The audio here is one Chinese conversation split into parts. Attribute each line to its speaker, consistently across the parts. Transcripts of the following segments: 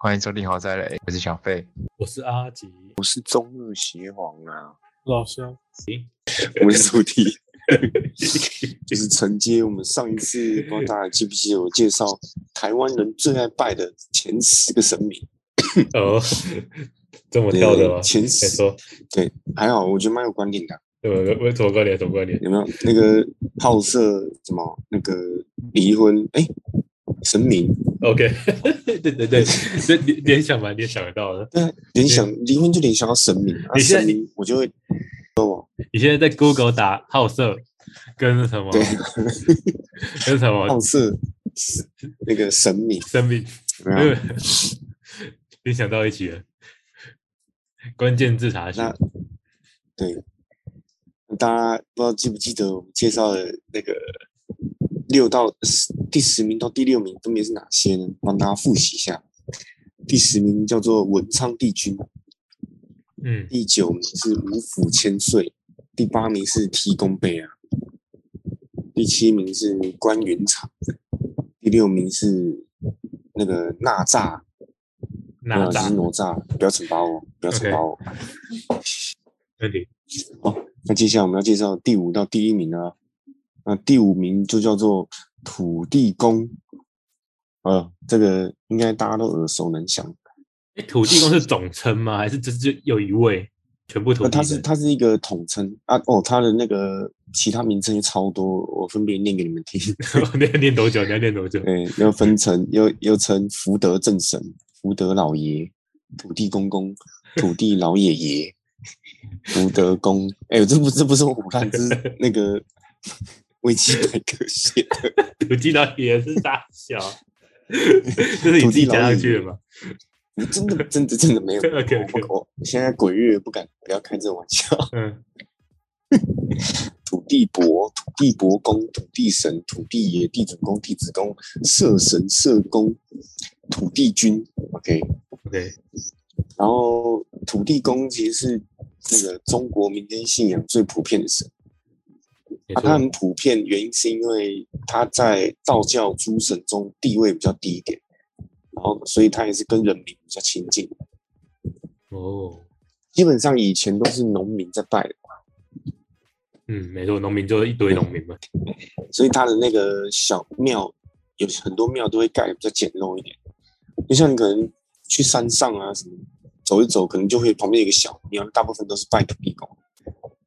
Speaker 1: 欢迎收听《豪宅雷》，我是小费。
Speaker 2: 我是阿吉，
Speaker 3: 我是中日邪皇啊！
Speaker 2: 老乡，
Speaker 3: 我们的主题就是承接我们上一次，不知道大家记不记得我介绍台湾人最爱拜的前十个神明。
Speaker 2: 哦，这么跳的吗？
Speaker 3: 对前
Speaker 2: 你
Speaker 3: 十
Speaker 2: 说，
Speaker 3: 对，还好，我觉得蛮有观点的。
Speaker 2: 对我我怎么关联？怎么关联？
Speaker 3: 有没有那个好色什么那个离婚？哎、神明
Speaker 2: OK，对 对对，这联联想蛮联想得到的。
Speaker 3: 对啊，联想离婚就联想到神明，啊，
Speaker 2: 你现在哦
Speaker 3: 神明我就会
Speaker 2: 你现在在 Google 打好色跟什么？
Speaker 3: 对
Speaker 2: 跟什么
Speaker 3: 好色那个神明，
Speaker 2: 生命？
Speaker 3: 有没有
Speaker 2: 联想到一起了。关键字查询
Speaker 3: 那对，大家不知道记不记得我们介绍的那个六到十第十名到第六名分别是哪些呢？帮大家复习一下。第十名叫做文昌帝君，
Speaker 2: 嗯，
Speaker 3: 第九名是五府千岁，第八名是提公贝啊，第七名是关云长，第六名是那个哪吒，
Speaker 2: 哪
Speaker 3: 没有就是
Speaker 2: 吒
Speaker 3: 哪吒，不要惩罚我，不要惩罚我。
Speaker 2: 问题？
Speaker 3: 那接下来我们要介绍第五到第一名啊，那第五名就叫做土地公，呃，这个应该大家都耳熟能详。
Speaker 2: 哎，土地公是总称吗？还是只是就有一位全部土
Speaker 3: 那
Speaker 2: 地
Speaker 3: 它
Speaker 2: 公？
Speaker 3: 呃是它是一个统称啊，哦，它的那个其他名称就超多，我分别念给你们听。
Speaker 2: 你要念多久？你要念多久？
Speaker 3: 对，又分成又又称福德正神、福德老爷、土地公公、土地老爷爷、福德公。哎、这不这不是我胡乱，这是那个 维基百科写的。
Speaker 2: 土地老爷是大 小，这是你
Speaker 3: 土
Speaker 2: 自己
Speaker 3: 地老
Speaker 2: 加
Speaker 3: 爷
Speaker 2: 上去的吗？
Speaker 3: 我真的真的真的 没有
Speaker 2: OK，OK
Speaker 3: 我我我现在鬼月不敢不要开这种玩笑。
Speaker 2: 嗯，
Speaker 3: 土地伯、土地伯公、土地神、土地爷、地主公、地子公、社神、社公、土地君，OK。
Speaker 2: 对，
Speaker 3: 然后土地公其实是那个中国民间信仰最普遍的神，
Speaker 2: 没
Speaker 3: 啊，它
Speaker 2: 错，
Speaker 3: 很普遍，原因是因为它在道教诸神中地位比较低一点，然后所以它也是跟人民比较亲近。
Speaker 2: 哦，
Speaker 3: 基本上以前都是农民在拜的，
Speaker 2: 嗯，没错，农民就是一堆农民嘛，
Speaker 3: 所以它的那个小庙有很多庙都会盖得比较简陋一点，就像你可能去山上啊什么走一走，可能就会旁边有一个小庙，大部分都是拜土地公。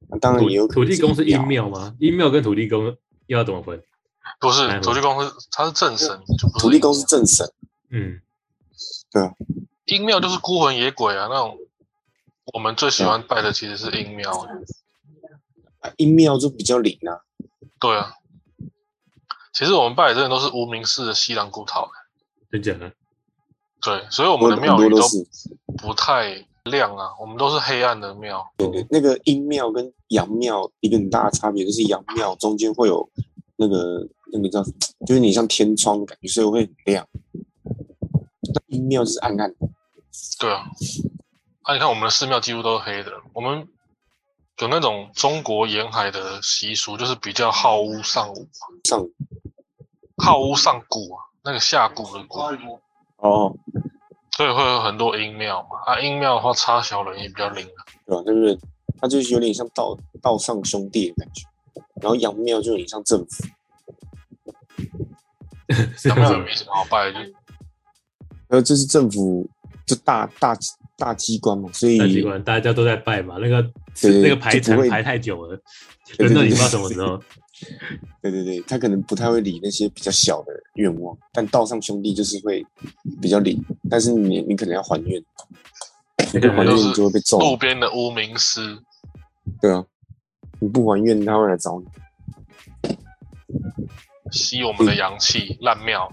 Speaker 3: 那当然也有
Speaker 2: 土
Speaker 3: 可
Speaker 2: 土
Speaker 3: 能
Speaker 2: 地公是
Speaker 3: 一
Speaker 2: 阴庙吗？阴庙跟土地公要怎么分？
Speaker 4: 不
Speaker 2: 哎
Speaker 4: 是土
Speaker 2: 我
Speaker 4: 地公是他是正神，就不
Speaker 3: 嗯
Speaker 4: 是
Speaker 3: 土地公
Speaker 4: 阴
Speaker 3: 是正神，
Speaker 2: 嗯，
Speaker 4: 阴庙就是孤魂野鬼啊那种。我们最喜
Speaker 3: 嗯
Speaker 4: 欢拜的其实是阴庙、
Speaker 3: 啊阴庙就比较灵啊。
Speaker 4: 对啊。其实我们拜的真的都是无名氏的西兰古塔、
Speaker 2: 真假的？
Speaker 4: 对，所以我
Speaker 3: 我
Speaker 4: 们的庙
Speaker 3: 很
Speaker 4: 宇
Speaker 3: 多
Speaker 4: 都
Speaker 3: 都是
Speaker 4: 不太亮啊，我们都是黑暗的庙。
Speaker 3: 那个阴庙跟阳庙一个很大的差别，就是阳庙中间会有那个那个叫，就是你像天窗的感觉，所以会很亮。那阴庙就是暗暗的，
Speaker 4: 对啊，啊，你看我们的寺庙几乎都是黑的，我们有那种中国沿海的习俗，就是比较好巫上巫，
Speaker 3: 上
Speaker 4: 好巫上蛊啊，那个下蛊的蛊，
Speaker 3: 哦，
Speaker 4: 所以会有很多阴庙嘛。啊，阴庙的话，插小人也比较灵啊。
Speaker 3: 对吧？对不对？它就是有点像道道上兄弟的感觉，然后阳庙就有点像政府，
Speaker 2: 是
Speaker 4: 阳庙
Speaker 2: 什
Speaker 4: 也
Speaker 2: 么
Speaker 4: 没？什么好拜的，就
Speaker 3: 呃，这是政府就大大大机关嘛，所以
Speaker 2: 大机关大家都在拜嘛，那个
Speaker 3: 对
Speaker 2: 那个排
Speaker 3: 就不
Speaker 2: 程
Speaker 3: 会
Speaker 2: 排太久了，
Speaker 3: 对对
Speaker 2: 轮到你不
Speaker 3: 对
Speaker 2: 知道什么时候。
Speaker 3: 对对对，他可能不太会理那些比较小的愿望，但道上兄弟就是会比较理，但是你你可能要还愿，你不 还愿你就会被揍，
Speaker 4: 路边的无名师。
Speaker 3: 对啊，你不还愿他会来找你，
Speaker 4: 吸我们的阳气，烂庙。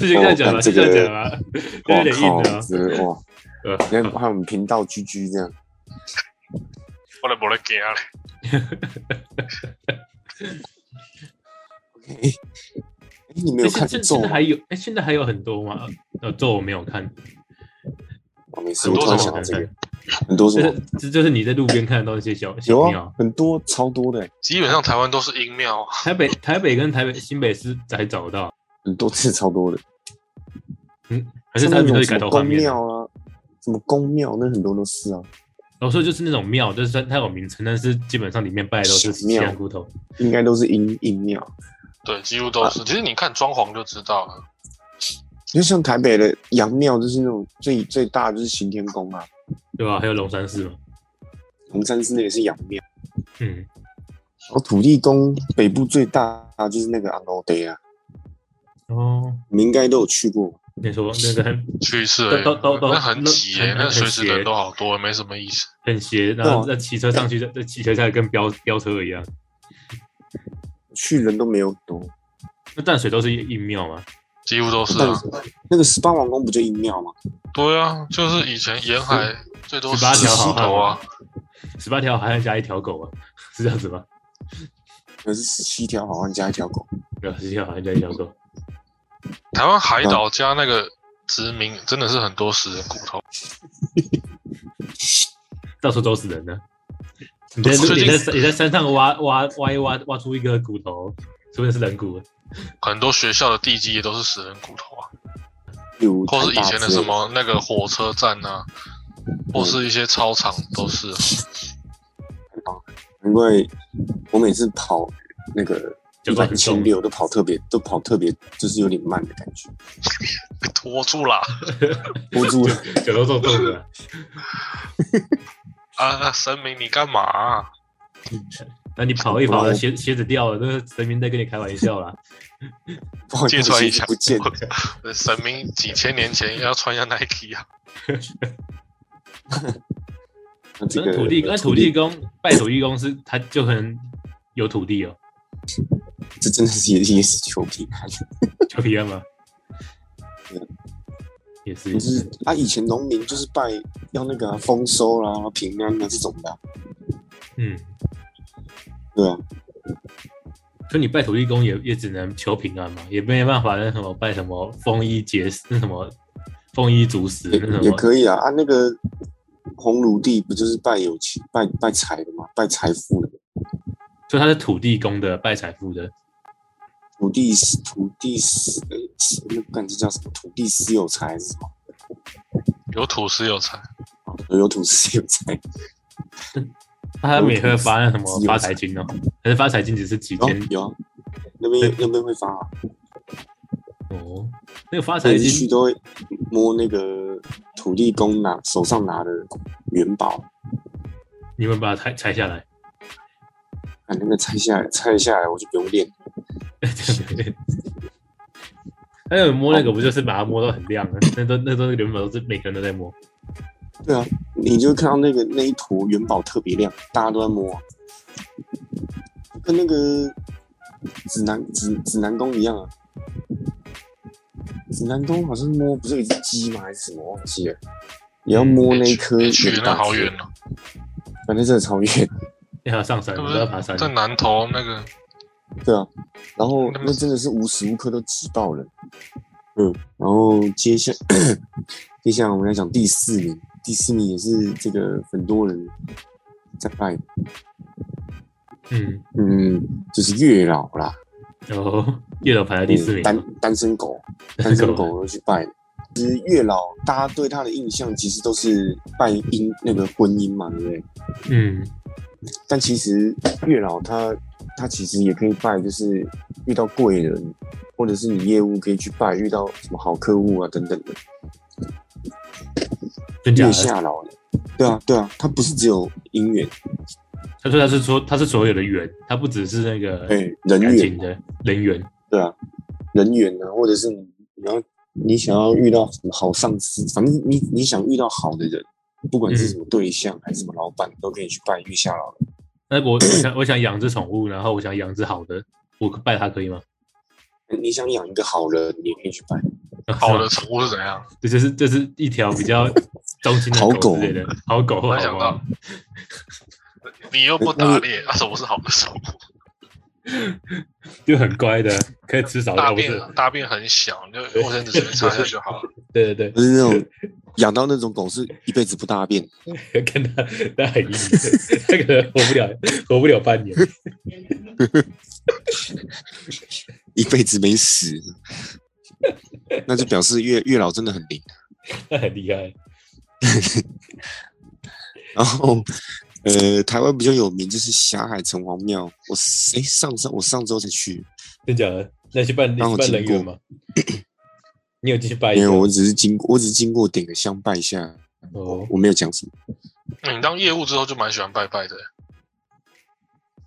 Speaker 2: 这就这样讲吧，
Speaker 3: 哦干
Speaker 2: 就
Speaker 3: 这
Speaker 2: 这
Speaker 3: 个
Speaker 2: 样讲吧，这有
Speaker 3: 哇
Speaker 2: 点硬啊
Speaker 3: 靠
Speaker 2: 的，
Speaker 3: 这个哇，
Speaker 2: 哦。
Speaker 3: 你看还我们频道居居这样，
Speaker 4: 我来，我来给啊！
Speaker 3: 哎，你没
Speaker 2: 哎
Speaker 3: 有
Speaker 2: 现
Speaker 3: 看
Speaker 2: 现
Speaker 3: 揍
Speaker 2: 现在
Speaker 3: 吗
Speaker 2: 还？有哎，现在还有很多吗？呃，咒我没有看，
Speaker 3: 哦，没事，
Speaker 4: 很
Speaker 3: 我
Speaker 4: 多
Speaker 3: 突
Speaker 4: 什
Speaker 3: 然想
Speaker 4: 么
Speaker 3: 到这
Speaker 2: 看
Speaker 3: 个，很 多什
Speaker 2: 这
Speaker 3: 么
Speaker 2: 是这就是你在路边看得到那些小小
Speaker 3: 有
Speaker 2: 庙
Speaker 3: 啊，。很多超多的，
Speaker 4: 基本上台湾都是阴庙，啊
Speaker 2: 台北台北跟台北新北市才找得到，
Speaker 3: 很多次超多的，
Speaker 2: 还是他
Speaker 3: 像
Speaker 2: 们都
Speaker 3: 那种
Speaker 2: 会
Speaker 3: 什
Speaker 2: 改
Speaker 3: 么
Speaker 2: 头换
Speaker 3: 宫
Speaker 2: 面的。
Speaker 3: 庙啊，什么宫庙，那很多都是啊，
Speaker 2: 我说就是那种庙，就是它它有名称，但是基本上里面拜的都是
Speaker 3: 小庙
Speaker 2: 香骨头。
Speaker 3: 应该都是阴阴庙。
Speaker 4: 对，几乎都是。其实你看装潢就知道了，
Speaker 3: 因为像台北的洋庙，就是那种最最大的就是行天宫啊，
Speaker 2: 对吧、还有龙山寺嘛，
Speaker 3: 龙山寺那也是洋庙。
Speaker 2: 嗯，
Speaker 3: 然后土地公北部最大就是那个昂欧德啊，
Speaker 2: 哦，
Speaker 3: 你们应该都有去过。
Speaker 2: 没错，那个很
Speaker 4: 去一次而已
Speaker 2: 都都都
Speaker 4: 那很挤耶、
Speaker 2: 那
Speaker 4: 那随时
Speaker 2: 很
Speaker 4: 人
Speaker 2: 挤
Speaker 4: 都好多，没什么意思。
Speaker 2: 很斜，然
Speaker 3: 哦
Speaker 2: 后在骑车上去，在在骑车下来跟飙飙车一样。
Speaker 3: 去人都没有很多，
Speaker 2: 那淡水都是一庙嘛，
Speaker 4: 几乎都是
Speaker 3: 但
Speaker 4: 啊
Speaker 3: 是，
Speaker 2: 嗯
Speaker 3: 那个十八王宫不就阴庙吗？
Speaker 4: 对啊，就是以前沿海最多
Speaker 2: 18条好
Speaker 4: 石
Speaker 2: 汉
Speaker 4: 头啊，
Speaker 2: 十八条好汉加一条狗啊， 是这样子吗？
Speaker 3: 可是十七条好像加一条狗，
Speaker 2: 对啊，十七条好汉加一条狗。
Speaker 4: 台湾海岛加那个殖民，真的是很多死人骨头。
Speaker 2: 到处都是人呢。 你在路
Speaker 4: 最
Speaker 2: 你
Speaker 4: 近
Speaker 2: 在你在山上挖挖挖一挖挖出一个骨头，说不定是人骨。
Speaker 4: 很多学校的地基也都是死人骨头啊，
Speaker 3: 例如
Speaker 4: 或是
Speaker 3: 台大
Speaker 4: 以前的
Speaker 3: 之类
Speaker 4: 什么那个火车站啊，
Speaker 3: 嗯
Speaker 4: 或是一些操场都是。
Speaker 3: 难怪我每次跑那个
Speaker 2: 脚
Speaker 3: 一
Speaker 2: 都很
Speaker 3: 百
Speaker 2: 重
Speaker 3: 千六都跑特别，都跑特别，就是有点慢的 感觉。
Speaker 4: 拖住啦！
Speaker 3: 我住了，
Speaker 2: 脚都重重 的。
Speaker 4: 啊，神明你干嘛啊、
Speaker 2: 那你跑一跑，
Speaker 3: 我
Speaker 2: 鞋鞋子掉了，那是神明在跟你开玩笑啦。
Speaker 3: 不好意
Speaker 4: 借
Speaker 3: 思，
Speaker 4: 穿
Speaker 3: 我
Speaker 4: 一
Speaker 3: 鞋子
Speaker 4: 下
Speaker 3: 不见 了，
Speaker 4: 神明几千年前要穿一下 Nike 啊，
Speaker 3: 那这
Speaker 2: 那
Speaker 3: 个
Speaker 2: 土地那土地公拜土地公是他就可能有土地哦，
Speaker 3: 这真的是也也是求平安。
Speaker 2: 就一样吗
Speaker 3: 嗯？
Speaker 2: 也是
Speaker 3: 就，是啊，以前农民就是拜要那个啊、丰收啦、平安啊这种的啊、
Speaker 2: 嗯，
Speaker 3: 对啊，
Speaker 2: 就你拜土地公也也只能求平安嘛，也没办法那什么拜什么丰衣节那什么丰衣足食那
Speaker 3: 也
Speaker 2: 什
Speaker 3: 也
Speaker 2: 么
Speaker 3: 可以啊啊，那个红炉地不就是拜有钱、拜拜财的嘛，拜财富的。
Speaker 2: 所以他是土地公的拜财富的，
Speaker 3: 土地是土地是哎，是那干这叫什么？土地私有财还是什么？
Speaker 4: 有土司有 财，
Speaker 3: 啊有土私有财，
Speaker 2: 那他们也会发那什么
Speaker 3: 自由
Speaker 2: 发财金哦，但是发财金只是几
Speaker 3: 有
Speaker 2: 天
Speaker 3: 有啊，那边那边会发、啊，
Speaker 2: 哦，那个发财
Speaker 3: 每次去
Speaker 2: 金
Speaker 3: 都会摸那个土地公拿手上拿的元宝，
Speaker 2: 你们把它拆拆下来，
Speaker 3: 把啊那个拆下来，拆下来我就不用练。
Speaker 2: 还有摸那个不就是把它摸到很亮的，那都那都原本都是每个人都在摸，
Speaker 3: 对啊，你就看到那个那一坨元宝特别亮，大家都在摸、啊，跟那个指南指指南宫一样啊。指南宫好像摸不是有一只鸡吗？还是什么忘记了？也要摸那一颗
Speaker 4: 你去
Speaker 3: 元
Speaker 4: 那
Speaker 3: 宝
Speaker 4: 好 远哦、
Speaker 3: 反正真的超远。
Speaker 2: 要上山，
Speaker 4: 那
Speaker 2: 我
Speaker 4: 不
Speaker 2: 们都要爬山
Speaker 4: 是，在南投 那个，
Speaker 3: 对啊，然后
Speaker 4: 那么
Speaker 3: 那真的是无时无刻都挤爆人。嗯，然后接下接下来我们来讲第四名，第四名也是这个很多人在拜，
Speaker 2: 嗯，
Speaker 3: 嗯，就是月老啦，嗯
Speaker 2: 然后月老排在第四名，
Speaker 3: 单单身 狗，单身狗都去拜。其实月老，大家对他的印象其实都是拜姻那个婚姻嘛，对不对？
Speaker 2: 嗯，
Speaker 3: 但其实月老他他其实也可以拜，就是遇到贵人，或者是你业务可以去拜，遇到什么好客户啊等等的。
Speaker 2: 真假
Speaker 3: 月
Speaker 2: 的？
Speaker 3: 下老人，对啊对啊，他不是只有姻缘，
Speaker 2: 他说他是说他是所有的缘，他不只是那个
Speaker 3: 对哎人
Speaker 2: 感情
Speaker 3: 缘，
Speaker 2: 的人缘，
Speaker 3: 对啊，人缘啊，或者是你你要你想要遇到什么好上司，反正你你想遇到好的人，不管是什么对象还是什么老板，都可以去拜月下老人。
Speaker 2: 那我我想我想养只宠物，然后我想养只好的，我拜它可以吗？
Speaker 3: 你想养一个好人，你也可以去拜。
Speaker 4: 好的宠物是怎样？
Speaker 2: 这就是这是一条比较中心的
Speaker 3: 好
Speaker 2: 狗
Speaker 3: 狗哦
Speaker 2: 之类的，好狗或
Speaker 4: 没
Speaker 2: 好
Speaker 4: 想
Speaker 2: 猫
Speaker 4: 到，你又不打猎，啊，什么是好的宠物？
Speaker 2: 就很乖的，可以吃少
Speaker 4: 大
Speaker 2: 料，不是？
Speaker 4: 便啊大便很小，你就卫生纸随便擦一下就好了。
Speaker 2: 对对
Speaker 3: 不是那种养到那种狗是一辈子不大便，
Speaker 2: 对，看它它很硬， 它可能活不了活不了半年。
Speaker 3: 一辈子没死，那就表示月月老真的很灵。
Speaker 2: 那很厉害。
Speaker 3: 然后，呃，台湾比较有名就是霞海城隍庙，我诶上上我上周才去，
Speaker 2: 真假的？那你去办你
Speaker 3: 让
Speaker 2: 去
Speaker 3: 我
Speaker 2: 办
Speaker 3: 经
Speaker 2: 人员
Speaker 3: 过
Speaker 2: 吗？你有进去拜一
Speaker 3: 没
Speaker 2: 个
Speaker 3: 有，我只是经我只是经过点个香拜一下，
Speaker 2: 哦？
Speaker 3: 我没有讲什么。
Speaker 4: 那你当业务之后就蛮喜欢拜拜的，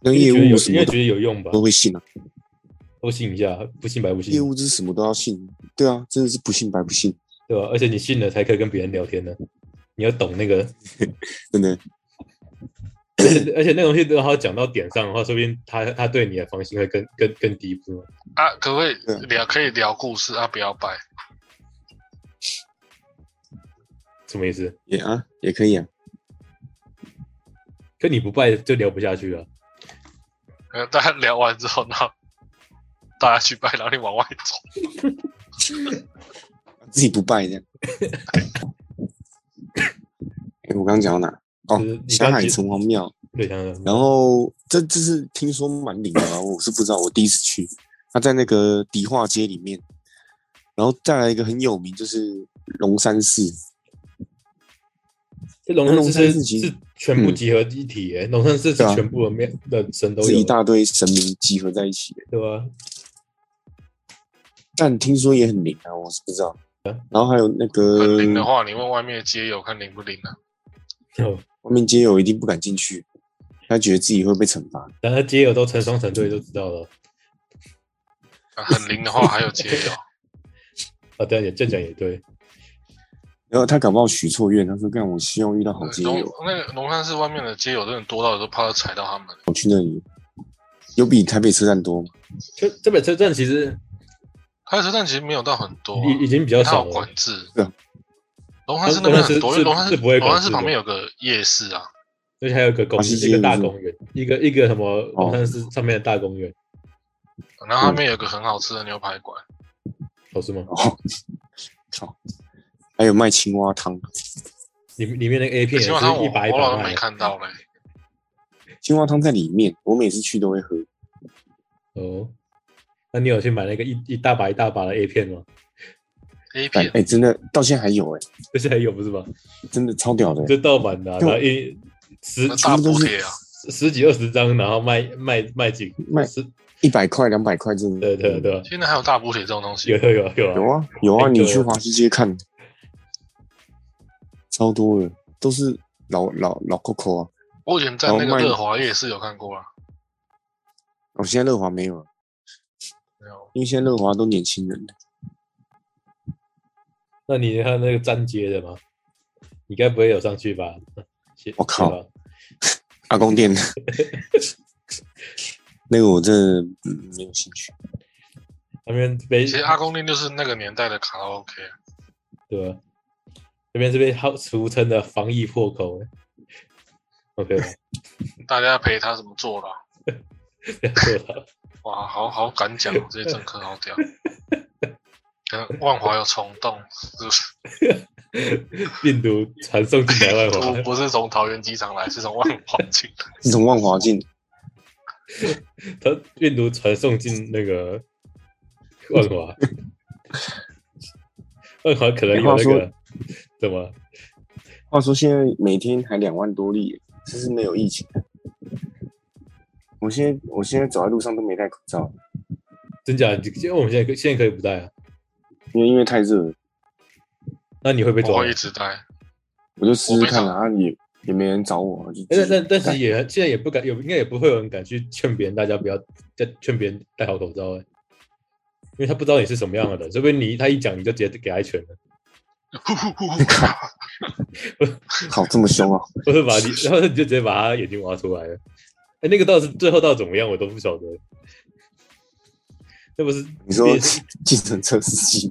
Speaker 3: 那
Speaker 2: 因为
Speaker 3: 业
Speaker 2: 觉得
Speaker 3: 务
Speaker 2: 有，
Speaker 3: 什
Speaker 2: 因
Speaker 3: 么
Speaker 2: 为
Speaker 3: 都
Speaker 2: 觉得有用吧？
Speaker 3: 都会信啊，
Speaker 2: 都信一下，不信白不信
Speaker 3: 业，务就是什么都要信，对啊，真的是不信白不信，
Speaker 2: 对吧？而且你信了才可以跟别人聊天呢。你要懂那个，
Speaker 3: 真的。
Speaker 2: 而且而且那东西如果他讲到点上的话，说不定他他对你的防心会更更更低，不是吗？
Speaker 4: 啊，可不可以
Speaker 3: 对
Speaker 4: 聊？可以聊故事啊，不要拜。
Speaker 2: 什么意思？
Speaker 3: 也啊，也可以啊。
Speaker 2: 可你不拜就聊不下去啊了。
Speaker 4: 呃，大家聊完之后，然后大家去拜，然后你往外走。
Speaker 3: 自己不拜 这样。哎我刚刚讲到哪？哦
Speaker 2: 就是你，
Speaker 3: 霞
Speaker 2: 刚
Speaker 3: 海
Speaker 2: 提
Speaker 3: 城隍庙。
Speaker 2: 对，想想
Speaker 3: 然后这这是听说蛮灵的啊，我是不知道，我第一次去。它在那个迪化街里面，然后再来一个很有名就是龙山寺，
Speaker 2: 这龙
Speaker 3: 那
Speaker 2: 山
Speaker 3: 龙
Speaker 2: 寺
Speaker 3: 山寺
Speaker 2: 是
Speaker 3: 其实
Speaker 2: 是全部
Speaker 3: 嗯
Speaker 2: 集合一体耶，龙山寺是
Speaker 3: 对啊
Speaker 2: 全部的面的神都
Speaker 3: 这
Speaker 2: 有
Speaker 3: 一，大堆神明集合在一起的。
Speaker 2: 对吧？
Speaker 3: 但听说也很灵啊，我是不知道。然后还有那个
Speaker 4: 很灵的话，你问外面的街友看灵不灵啊？
Speaker 2: 哦，
Speaker 3: 外面街友一定不敢进去，他觉得自己会被惩罚。
Speaker 2: 然后街友都成双成对就知道了。
Speaker 4: 啊很灵的话，还有街 友。
Speaker 2: 啊，对，也这样讲也对，
Speaker 3: 然后他搞不好许错愿，他说：“干，我希望遇到好街
Speaker 4: 龙
Speaker 3: 友。”
Speaker 4: 那个龙山寺外面的街友真的多到有时候怕会踩到他们。
Speaker 3: 有比台北车站多吗？
Speaker 2: 就这本车站其实
Speaker 4: 它的车站其实没有到很多、啊，
Speaker 2: 已已经比较
Speaker 4: 它有
Speaker 2: 少了
Speaker 4: 管，制
Speaker 3: 对啊。
Speaker 4: 龙山寺那边很多，因为
Speaker 2: 龙
Speaker 4: 龙
Speaker 2: 山寺
Speaker 4: 山寺
Speaker 2: 是不会管
Speaker 4: 龙
Speaker 2: 制的
Speaker 4: 山寺旁边有个夜市啊，
Speaker 2: 而且还有一个公
Speaker 3: 啊是
Speaker 2: 园，一个
Speaker 3: 街
Speaker 2: 大
Speaker 3: 是不是
Speaker 2: 公园，一个一个什么
Speaker 3: 哦
Speaker 2: 龙山寺上面的大公园，
Speaker 4: 然后那边有个很好吃的牛排馆，
Speaker 2: 嗯好是吗？
Speaker 3: 哦，靠，还有卖青蛙汤，
Speaker 2: 里面里面那个 A 片也
Speaker 4: 希
Speaker 2: 是
Speaker 4: 望他我
Speaker 2: 一把一啊
Speaker 4: 我老
Speaker 2: 把
Speaker 4: 是没
Speaker 2: 卖的
Speaker 4: 看到嘞、
Speaker 3: 青蛙汤在里面，我每次去都会喝。
Speaker 2: 哦。那你有去买那个一一大把一大把的 A 片吗？
Speaker 4: A
Speaker 3: 哎、
Speaker 4: 片
Speaker 2: 啊
Speaker 3: 哎真的到现在还有哎、
Speaker 2: 这些还有不是吧？
Speaker 3: 真的超屌的、
Speaker 2: 这盗版的啊、
Speaker 3: 对
Speaker 2: 然
Speaker 3: 我
Speaker 2: 后一十
Speaker 4: 那
Speaker 3: 全
Speaker 4: 大
Speaker 3: 部都
Speaker 4: 补
Speaker 3: 是
Speaker 4: 贴啊，
Speaker 2: 十十几二十张，然后卖卖卖几
Speaker 3: 卖
Speaker 2: 十，
Speaker 3: 一百块、两百块，真的。
Speaker 2: 对对对，
Speaker 4: 现在还有大补贴这种东西
Speaker 2: 有。有有有
Speaker 3: 有
Speaker 2: 啊，
Speaker 3: 啊有啊，
Speaker 2: 哎
Speaker 3: 你
Speaker 2: 对
Speaker 3: 去华西街看，超多的，都是老老老 Coco 啊。
Speaker 4: 我以前在那
Speaker 3: 然后
Speaker 4: 个
Speaker 3: 卖
Speaker 4: 乐华夜市有看过啊，
Speaker 3: 我、哦现在乐华没有了，啊
Speaker 4: 没有
Speaker 3: 因为现在乐华都年轻人了。
Speaker 2: 那你看那个站街的吗？你该不会有上去吧？
Speaker 3: 我靠
Speaker 2: 对吧，
Speaker 3: 阿 公店，那个我真的、嗯、没有兴趣。
Speaker 2: 那边被
Speaker 4: 其实阿公店就是那个年代的卡拉 OK，啊
Speaker 2: 对吧？那边是被号俗称的防疫破口欸，OK 吧？
Speaker 4: 大家陪他怎么坐牢？
Speaker 2: 这样做到
Speaker 4: 哇，好好敢讲哦，这些政客好屌。可能万华有虫洞， 是不是？
Speaker 2: 病毒传送进来外
Speaker 4: 不
Speaker 2: 环，
Speaker 4: 不是从桃园机场来，是从万华进来。
Speaker 3: 自从万华进，
Speaker 2: 它病毒传送进那个万 华，万华可能有那
Speaker 3: 你话
Speaker 2: 个
Speaker 3: 说
Speaker 2: 怎么？
Speaker 3: 话说现在每天还两万多例耶，这是没有疫情的。我现在我现在走在路上都没戴口罩，
Speaker 2: 真假？你因为我们现在可以现在可以不戴啊，
Speaker 3: 因为因为太热了，
Speaker 2: 那你会被
Speaker 4: 我
Speaker 2: 抓
Speaker 4: 会
Speaker 2: 吗
Speaker 4: 一？直待，
Speaker 3: 我就试
Speaker 4: 我
Speaker 3: 试
Speaker 4: 没
Speaker 3: 看
Speaker 4: 戴
Speaker 3: 啊，也也没人找我，就
Speaker 2: 哎但
Speaker 3: 继续
Speaker 2: 但但是也现在也不敢，有应该也不会有人敢去劝别人，大家不要再劝别人戴好口罩哎、因为他不知道你是什么样的人，说不定你他一讲你就直接给他一拳了，
Speaker 4: 呼呼呼呼
Speaker 3: 靠这么凶啊！
Speaker 2: 或者把你， 然后你就直接把他眼睛挖出来了。哎、那个倒是最后到底怎么样我都不晓得，那不是
Speaker 3: 你说
Speaker 2: 便
Speaker 3: 计程车司机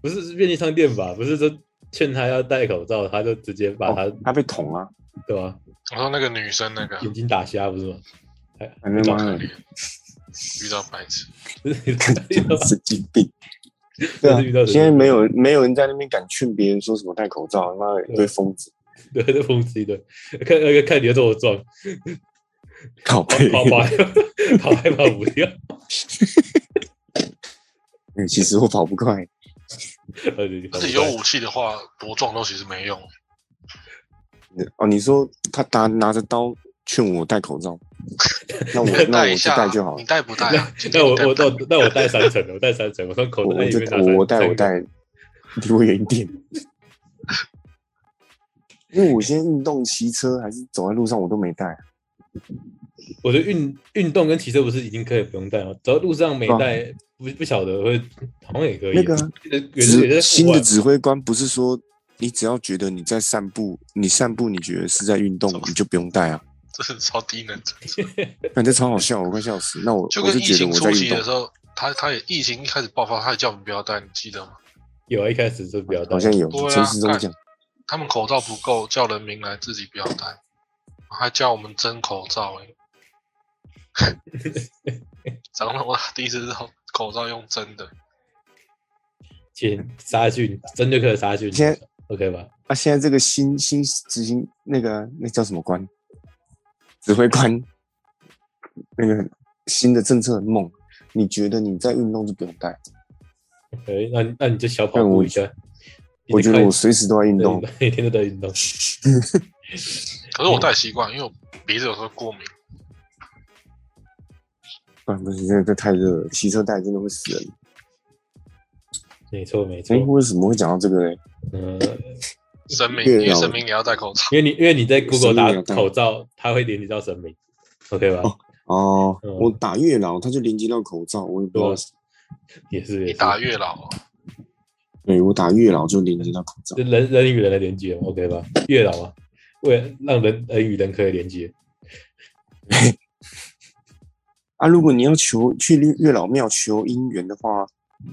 Speaker 2: 不是是便利商店吧？不是说劝他要戴口罩，他就直接把他、
Speaker 3: 他被捅啊，
Speaker 2: 对吧、
Speaker 4: 我说那个女生那个
Speaker 2: 眼睛打瞎不是吗？还
Speaker 3: 反正
Speaker 4: 遇到
Speaker 3: 妈的
Speaker 4: 可 怜，遇到白痴。
Speaker 2: 不是
Speaker 3: 神经 病。对
Speaker 2: 啊
Speaker 3: 啊
Speaker 2: 真是遇到神经病，
Speaker 3: 现在没有没有人在那边敢劝别人说什么戴口罩，妈的一
Speaker 2: 对啊
Speaker 3: 堆疯子，
Speaker 2: 对，这疯子一堆，看那个看你要怎么撞，
Speaker 3: 靠
Speaker 2: 跑
Speaker 3: 背，
Speaker 2: 跑跑跑还跑不掉，
Speaker 3: 嗯 其实我跑不快，
Speaker 2: 而且
Speaker 4: 自己有武器的话，多撞都其实没用。
Speaker 3: 哦，你说他拿拿着刀劝我戴口罩，那我那
Speaker 4: 戴
Speaker 3: 我
Speaker 4: 一
Speaker 3: 就
Speaker 4: 下，
Speaker 3: 戴就好了
Speaker 4: 你。戴不戴啊？今
Speaker 2: 那
Speaker 4: 天
Speaker 2: 我
Speaker 4: 你戴不
Speaker 2: 我
Speaker 4: 戴
Speaker 2: 那我那我带三层的，我带三层，我从口
Speaker 3: 我
Speaker 2: 袋
Speaker 3: 我
Speaker 2: 里
Speaker 3: 就
Speaker 2: 面拿
Speaker 3: 我我
Speaker 2: 三
Speaker 3: 戴
Speaker 2: 三
Speaker 3: 我，戴，离我远一 点。因为我现在运动、骑车还是走在路上，我都没啊戴。
Speaker 2: 个我觉得运运动跟骑车不是已经可以不用带了，走在路上没带，不不晓得会好像也可以。
Speaker 3: 那个啊
Speaker 2: 有的有的有
Speaker 3: 指
Speaker 2: 的
Speaker 3: 新
Speaker 4: 啊
Speaker 3: 的指挥官不是说，你只要觉得你在散步，你散步你觉得是在运动，你就不用戴啊。
Speaker 4: 这是超低能的，
Speaker 3: 感觉超好笑，我快笑死。那我
Speaker 4: 就
Speaker 3: 我
Speaker 4: 跟
Speaker 3: 就
Speaker 4: 疫
Speaker 3: 觉得
Speaker 4: 情
Speaker 3: 我
Speaker 4: 初
Speaker 3: 在
Speaker 4: 期
Speaker 3: 运
Speaker 4: 的时
Speaker 3: 动，
Speaker 4: 候，他他也疫情一开始爆发，他也叫我们不要戴，你记得吗？
Speaker 2: 有啊，一开始是比较带
Speaker 3: 好，像有
Speaker 4: 对啊
Speaker 3: 陈时中
Speaker 4: 看
Speaker 3: 讲，
Speaker 4: 他们口罩不够，叫人民来自己不要戴，还叫我们蒸口罩、 欸，长了我第一次知道口罩用蒸的，
Speaker 2: 前杀菌，针对克的杀菌
Speaker 3: 现在
Speaker 2: ，OK 吧？
Speaker 3: 啊，现在这个新新执行那个那叫什么官，指挥官，那个新的政策很猛。你觉得你在运动就不用戴？
Speaker 2: 哎，那你那你就小跑
Speaker 3: 但
Speaker 2: 步
Speaker 3: 我
Speaker 2: 一下。你
Speaker 3: 我觉得
Speaker 2: 快
Speaker 3: 我随时都在运
Speaker 2: 对
Speaker 3: 动
Speaker 2: 你。每天都在运动。
Speaker 4: 可是我戴习惯，因为我鼻子有时候过敏，
Speaker 2: 嗯
Speaker 3: 不然不是，这这太热了，骑车戴真的会死人。
Speaker 2: 没错，没错
Speaker 3: 哎、。为什么会讲到这个嘞？
Speaker 2: 嗯，
Speaker 4: 神明，
Speaker 3: 对啊
Speaker 4: 因为神明也要戴口罩，
Speaker 2: 因为你因为你在 Google
Speaker 3: 神明
Speaker 2: 打
Speaker 3: 有戴
Speaker 2: 口罩，它会连接到神明，OK 吧？
Speaker 3: 哦哦，
Speaker 2: 嗯
Speaker 3: 我打月老，他就连接到口罩，我也不知道
Speaker 2: 对啊。也是，也
Speaker 4: 你
Speaker 2: 是
Speaker 4: 打月老，哦
Speaker 3: 对我打月老就连接到口罩
Speaker 2: 这，人人与人的连接嘛，OK 吧？月老啊，为了让人人与人可以连接，
Speaker 3: 啊，如果你要求去月月老庙求姻缘的话，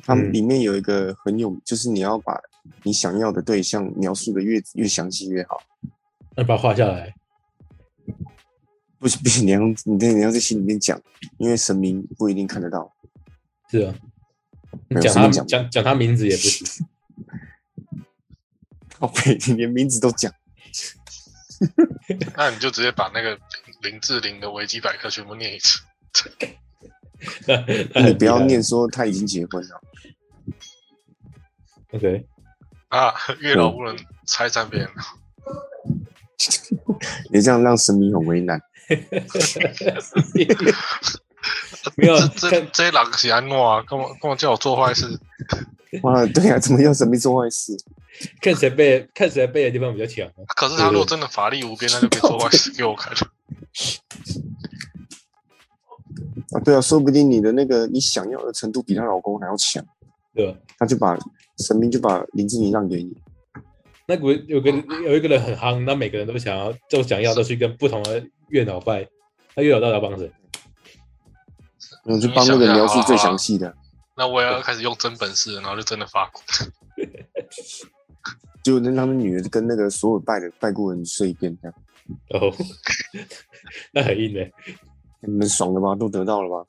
Speaker 3: 它
Speaker 2: 嗯
Speaker 3: 里面有一个很有，就是你要把你想要的对象描述的越越详细越好。
Speaker 2: 那把它画下来，
Speaker 3: 不行不行，你要你在你要在心里面讲，因为神明不一定看得到。
Speaker 2: 是啊。你
Speaker 3: 没有
Speaker 2: 讲
Speaker 3: 神
Speaker 2: 他
Speaker 3: 明讲
Speaker 2: 讲讲他名字也不行，
Speaker 3: 靠北，你 连名字都讲，
Speaker 4: 那你就直接把那个林志玲的维基百科全部念一次，
Speaker 2: 那 那
Speaker 3: 你
Speaker 2: 很
Speaker 3: 不
Speaker 2: 厉
Speaker 3: 要
Speaker 2: 害
Speaker 3: 念说他已经结婚了。
Speaker 2: OK。
Speaker 4: 啊，月老不能拆散别人，
Speaker 3: 你这样让神明很为难。
Speaker 2: 没有
Speaker 4: 这这
Speaker 2: 看
Speaker 4: 这些狼喜安诺啊，干嘛干嘛叫我做坏事？
Speaker 3: 哇，对啊，怎么要神明做坏事？
Speaker 2: 看谁背看谁背的地方比较强啊，
Speaker 4: 可是他如果真的法力无边，那就别做坏事给我看。
Speaker 3: 啊，对啊，说不定你的那个你想要的程度比她老公还要强，
Speaker 2: 对吧？
Speaker 3: 他就把神明就把林志玲让给你。
Speaker 2: 那个有个有一个人很夯，那每个人都想要都想要都去跟不同的月老拜，那月老到底要帮谁？
Speaker 3: 嗯，就帮那个描述最详细的，
Speaker 4: 那我也要开始用真本事，然后就真的发光。
Speaker 3: 就那他们女的跟那个所有拜的拜过人睡一遍，这样
Speaker 2: 然后哦 那很硬的、欸
Speaker 3: 你们爽了吗？都得到了吗？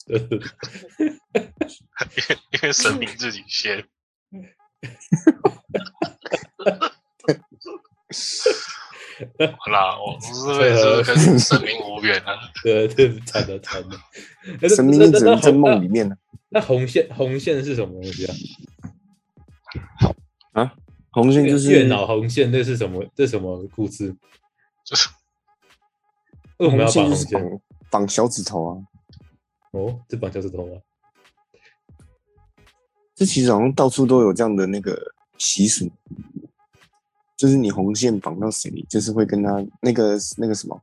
Speaker 4: 因为神明自己先。好啦，我是不是跟神明无缘啊？
Speaker 2: 对，这惨的惨的。那
Speaker 3: 神明
Speaker 2: 那
Speaker 3: 也只
Speaker 2: 那
Speaker 3: 能在
Speaker 2: 红
Speaker 3: 梦里面呢。啊
Speaker 2: 那。那红线红线是什么东西啊？
Speaker 3: 红线就是
Speaker 2: 月老红线，这是什么？这是什么故 事？
Speaker 4: 就是
Speaker 2: 为什么要
Speaker 3: 红
Speaker 2: 绑
Speaker 3: 线
Speaker 2: 红
Speaker 3: 就是
Speaker 2: 线？
Speaker 3: 绑绑小指头啊，
Speaker 2: 哦，这绑小指头吗？
Speaker 3: 这其实好像到处都有这样的那个习俗，就是你红线绑到谁，就是会跟他那个那个什么，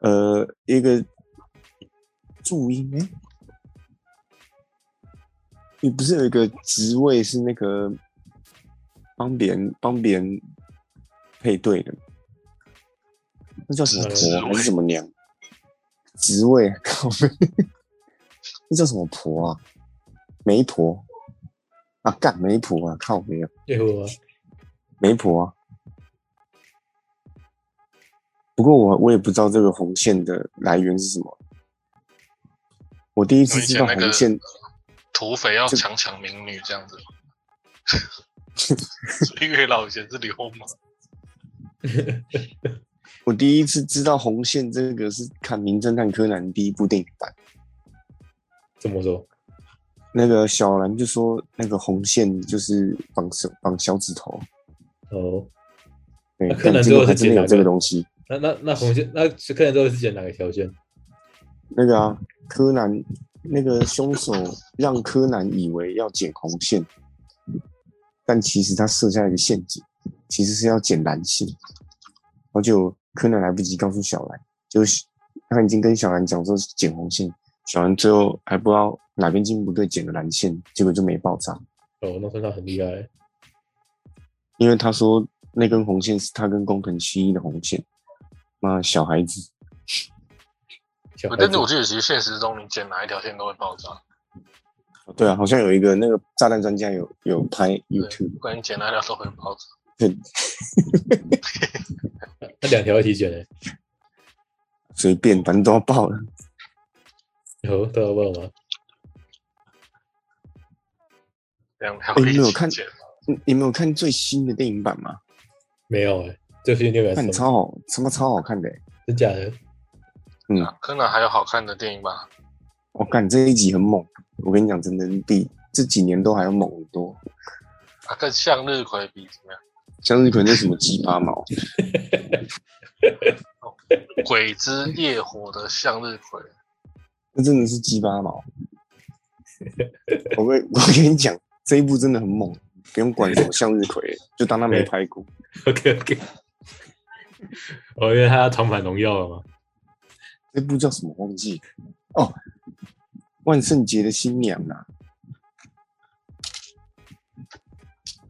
Speaker 3: 呃，一个注音哎，你不是有一个职位是那个帮别人帮别人配对的吗，那叫什么
Speaker 2: 职
Speaker 3: 婆呃还是什么娘？职位，啊靠背，那叫什么婆啊？媒婆啊，干媒婆啊，靠没有
Speaker 2: 有啊，
Speaker 3: 媒婆啊。不过我我也不知道这个红线的来源是什么。我第一次
Speaker 4: 以
Speaker 3: 知
Speaker 4: 前
Speaker 3: 道
Speaker 4: 那
Speaker 3: 红
Speaker 4: 个
Speaker 3: 线，
Speaker 4: 土匪要强抢民女这样子。 所以月老以前是流氓，
Speaker 3: 我第一次知道红线这个是看《名侦探柯南》第一部电影版，
Speaker 2: 怎么说？
Speaker 3: 那个小兰就说，那个红线就是绑手绑小指头。
Speaker 2: 哦，
Speaker 3: 对
Speaker 2: 那，柯
Speaker 3: 但
Speaker 2: 南
Speaker 3: 这
Speaker 2: 最后
Speaker 3: 个还
Speaker 2: 是剪
Speaker 3: 真的有
Speaker 2: 哪
Speaker 3: 这
Speaker 2: 个
Speaker 3: 个东西。
Speaker 2: 那那那红线，那柯南最后是剪哪个条线？
Speaker 3: 那个啊，柯南那个凶手让柯南以为要剪红线，但其实他设下一个陷阱，其实是要剪蓝线。然后就柯南来不及告诉小兰，就是他已经跟小兰讲说剪红线，小兰最后还不知道哪边筋不对剪了蓝线，结果就没爆炸，
Speaker 2: 哦，那算他很厉害。
Speaker 3: 因为他说那根红线是他跟工藤新一的红线。妈，小孩子，
Speaker 2: 小孩
Speaker 4: 哦但
Speaker 2: 子
Speaker 4: 是我记得其实现实中你剪哪一条线都会爆炸，
Speaker 3: 对啊，好像有一个那个炸弹专家有有拍
Speaker 4: 对
Speaker 3: YouTube，，
Speaker 4: 不管你剪哪一条都会爆炸。
Speaker 2: 那两条一起剪欸诶、
Speaker 3: 随便反正都要爆了。
Speaker 2: 有都要问吗？
Speaker 4: 两条
Speaker 3: 哎你
Speaker 4: 一
Speaker 3: 没有
Speaker 4: 起啊
Speaker 3: 看
Speaker 4: 剪，
Speaker 3: 你你没有看最新的电影版吗？
Speaker 2: 没有欸诶、这是六百
Speaker 3: 看
Speaker 2: 什
Speaker 3: 超好，他妈超好看的欸、
Speaker 2: 真假的？
Speaker 4: 柯南还有好看的电影吧？
Speaker 3: 我看哦这一集很猛，我跟你讲，真的比这几年都还要猛很多。
Speaker 4: 啊，跟向日葵比怎么样？
Speaker 3: 向日葵那什么鸡巴毛，
Speaker 4: 鬼之烈火的向日葵，
Speaker 3: 那真的是鸡巴毛。我跟 我跟你讲，这一部真的很猛，不用管什么向日 葵，就当他没拍过。
Speaker 2: OK OK，我哦以为他要重返荣耀了嘛。
Speaker 3: 这部叫什么忘记？哦，万圣节的新娘啊，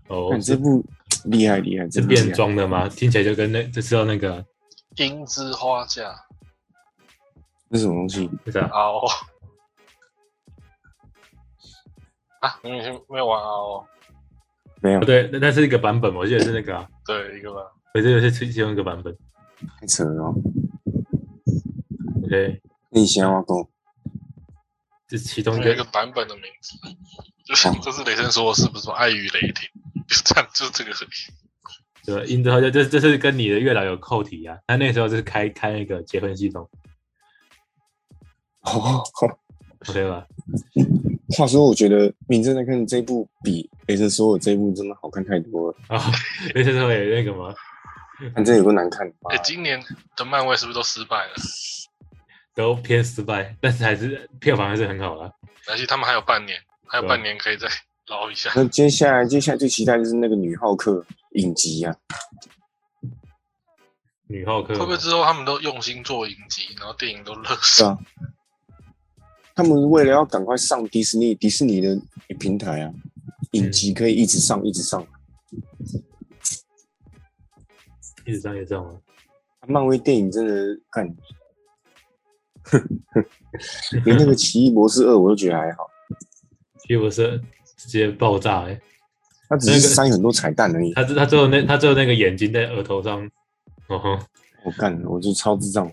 Speaker 2: 哦
Speaker 3: 看，这啊部厉害厉害，
Speaker 2: 是
Speaker 3: 真的厉
Speaker 2: 变
Speaker 3: 害。
Speaker 2: 装的吗？听起来就跟那就知道那个啊
Speaker 4: 樱之花嫁。
Speaker 3: 那什么东西？
Speaker 2: 那个啊
Speaker 4: 啊哦。啊，你没有没有玩啊哦？
Speaker 3: 没有
Speaker 2: 不，对，那那是一个版本，我记得是那个啊，
Speaker 4: 对，一个吧。
Speaker 2: 我记得是其其中一个版本。
Speaker 3: 太扯了哦。
Speaker 2: OK，
Speaker 3: 那你先挖沟，
Speaker 2: 这其中一
Speaker 4: 有一个
Speaker 2: 个
Speaker 4: 版本的名字，就是
Speaker 3: 哦
Speaker 4: 就是雷神说的是不是什么爱与雷霆？ 就这样，就是这个而已。
Speaker 2: 对，印度好像这这是跟你的月老有扣题啊。他那时候就是开开那个结婚系统
Speaker 3: 哦，
Speaker 2: ，OK 吧？
Speaker 3: 话说，我觉得《名侦探柯南》这一部比《雷神索尔》这一部真的好看太多了。
Speaker 2: 啊，那时候也那个嘛，
Speaker 3: 反正有个难看，妈
Speaker 4: 哎、
Speaker 3: 的
Speaker 4: 今年的漫威是不是都失败了？
Speaker 2: 都偏失败，但是还是票房还是很好啊啦。
Speaker 4: 而且他们还有半年，还有
Speaker 2: 对啊
Speaker 4: 半年可以再捞一下。
Speaker 3: 那接下来，接下来最期待就是那个女浩克影集啊，
Speaker 2: 女浩克
Speaker 4: 会
Speaker 2: 嘛
Speaker 4: 不会之后他们都用心做影集，然后电影都乐
Speaker 3: 对
Speaker 4: 死？
Speaker 3: 啊。他们为了要赶快上迪士尼，迪士尼的平台啊，影集可以一直上，一直上。
Speaker 2: 一直上一直上嘛？
Speaker 3: 漫威电影真的看， 连那个《奇异博士二》我都觉得还好，
Speaker 2: 奇异博士直接爆炸哎、欸！
Speaker 3: 它只是塞很多彩蛋而已。
Speaker 2: 他最他最后那他最后那个眼睛在额头上，哦吼，
Speaker 3: 我干，我就超智障，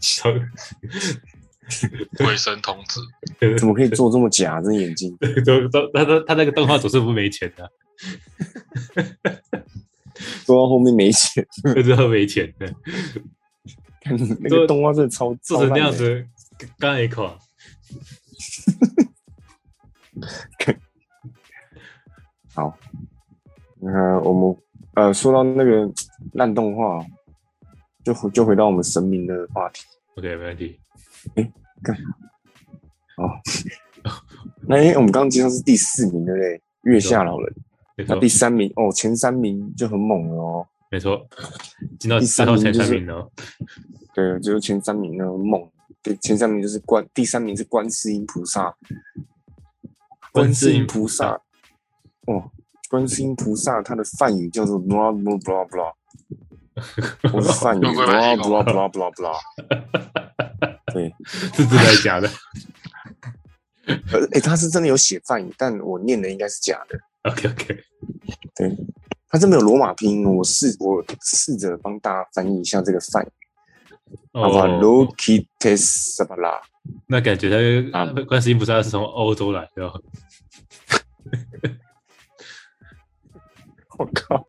Speaker 2: 超
Speaker 4: 鬼神童子，
Speaker 3: 怎么可以做这么假？这眼睛。
Speaker 2: 都都他他他那个动画组是不是没钱的、啊？
Speaker 3: 说到后面没钱，
Speaker 2: 就知道没钱的，
Speaker 3: 看那个动画真的超
Speaker 2: 做成那样，
Speaker 3: 超烂的
Speaker 2: 子，刚一垮。
Speaker 3: 呃，我们呃说到那个烂动画，就回就回到我们神明的话题
Speaker 2: OK，没问题。
Speaker 3: 哦。那因为我们刚刚介绍是第四名，对不对？月下老人，
Speaker 2: 没
Speaker 3: 那
Speaker 2: 错
Speaker 3: 第，三名哦，前三名就很猛了哦。
Speaker 2: 没错，进到
Speaker 3: 第
Speaker 2: 之
Speaker 3: 三
Speaker 2: 后
Speaker 3: 名
Speaker 2: 才
Speaker 3: 就
Speaker 2: 三
Speaker 3: 是
Speaker 2: 名哦。
Speaker 3: 对，就是前三名那个猛，对，前三名就是观，第三名是观世音菩萨，
Speaker 2: 观
Speaker 3: 观
Speaker 2: 世
Speaker 3: 世
Speaker 2: 音
Speaker 3: 音
Speaker 2: 菩
Speaker 3: 菩
Speaker 2: 萨
Speaker 3: 萨，哦，观世音菩萨，他的梵语叫做 blah blah blah blah，我是梵语
Speaker 4: 用过
Speaker 3: blah
Speaker 4: 来形容
Speaker 3: blah blah blah blah，对，
Speaker 2: 是真的还是假的？
Speaker 3: 呃，诶，他是真的有写梵语，但我念的应该是假的，
Speaker 2: OK OK，
Speaker 3: 对，他这边有罗马拼音，哦我试我试着帮大家翻译一下这个梵语，好不好
Speaker 2: 哦，
Speaker 3: ？Loki tes s a b l a
Speaker 2: 那感觉他
Speaker 3: 啊
Speaker 2: 观世音菩萨是从欧洲来的哦，
Speaker 3: 我靠！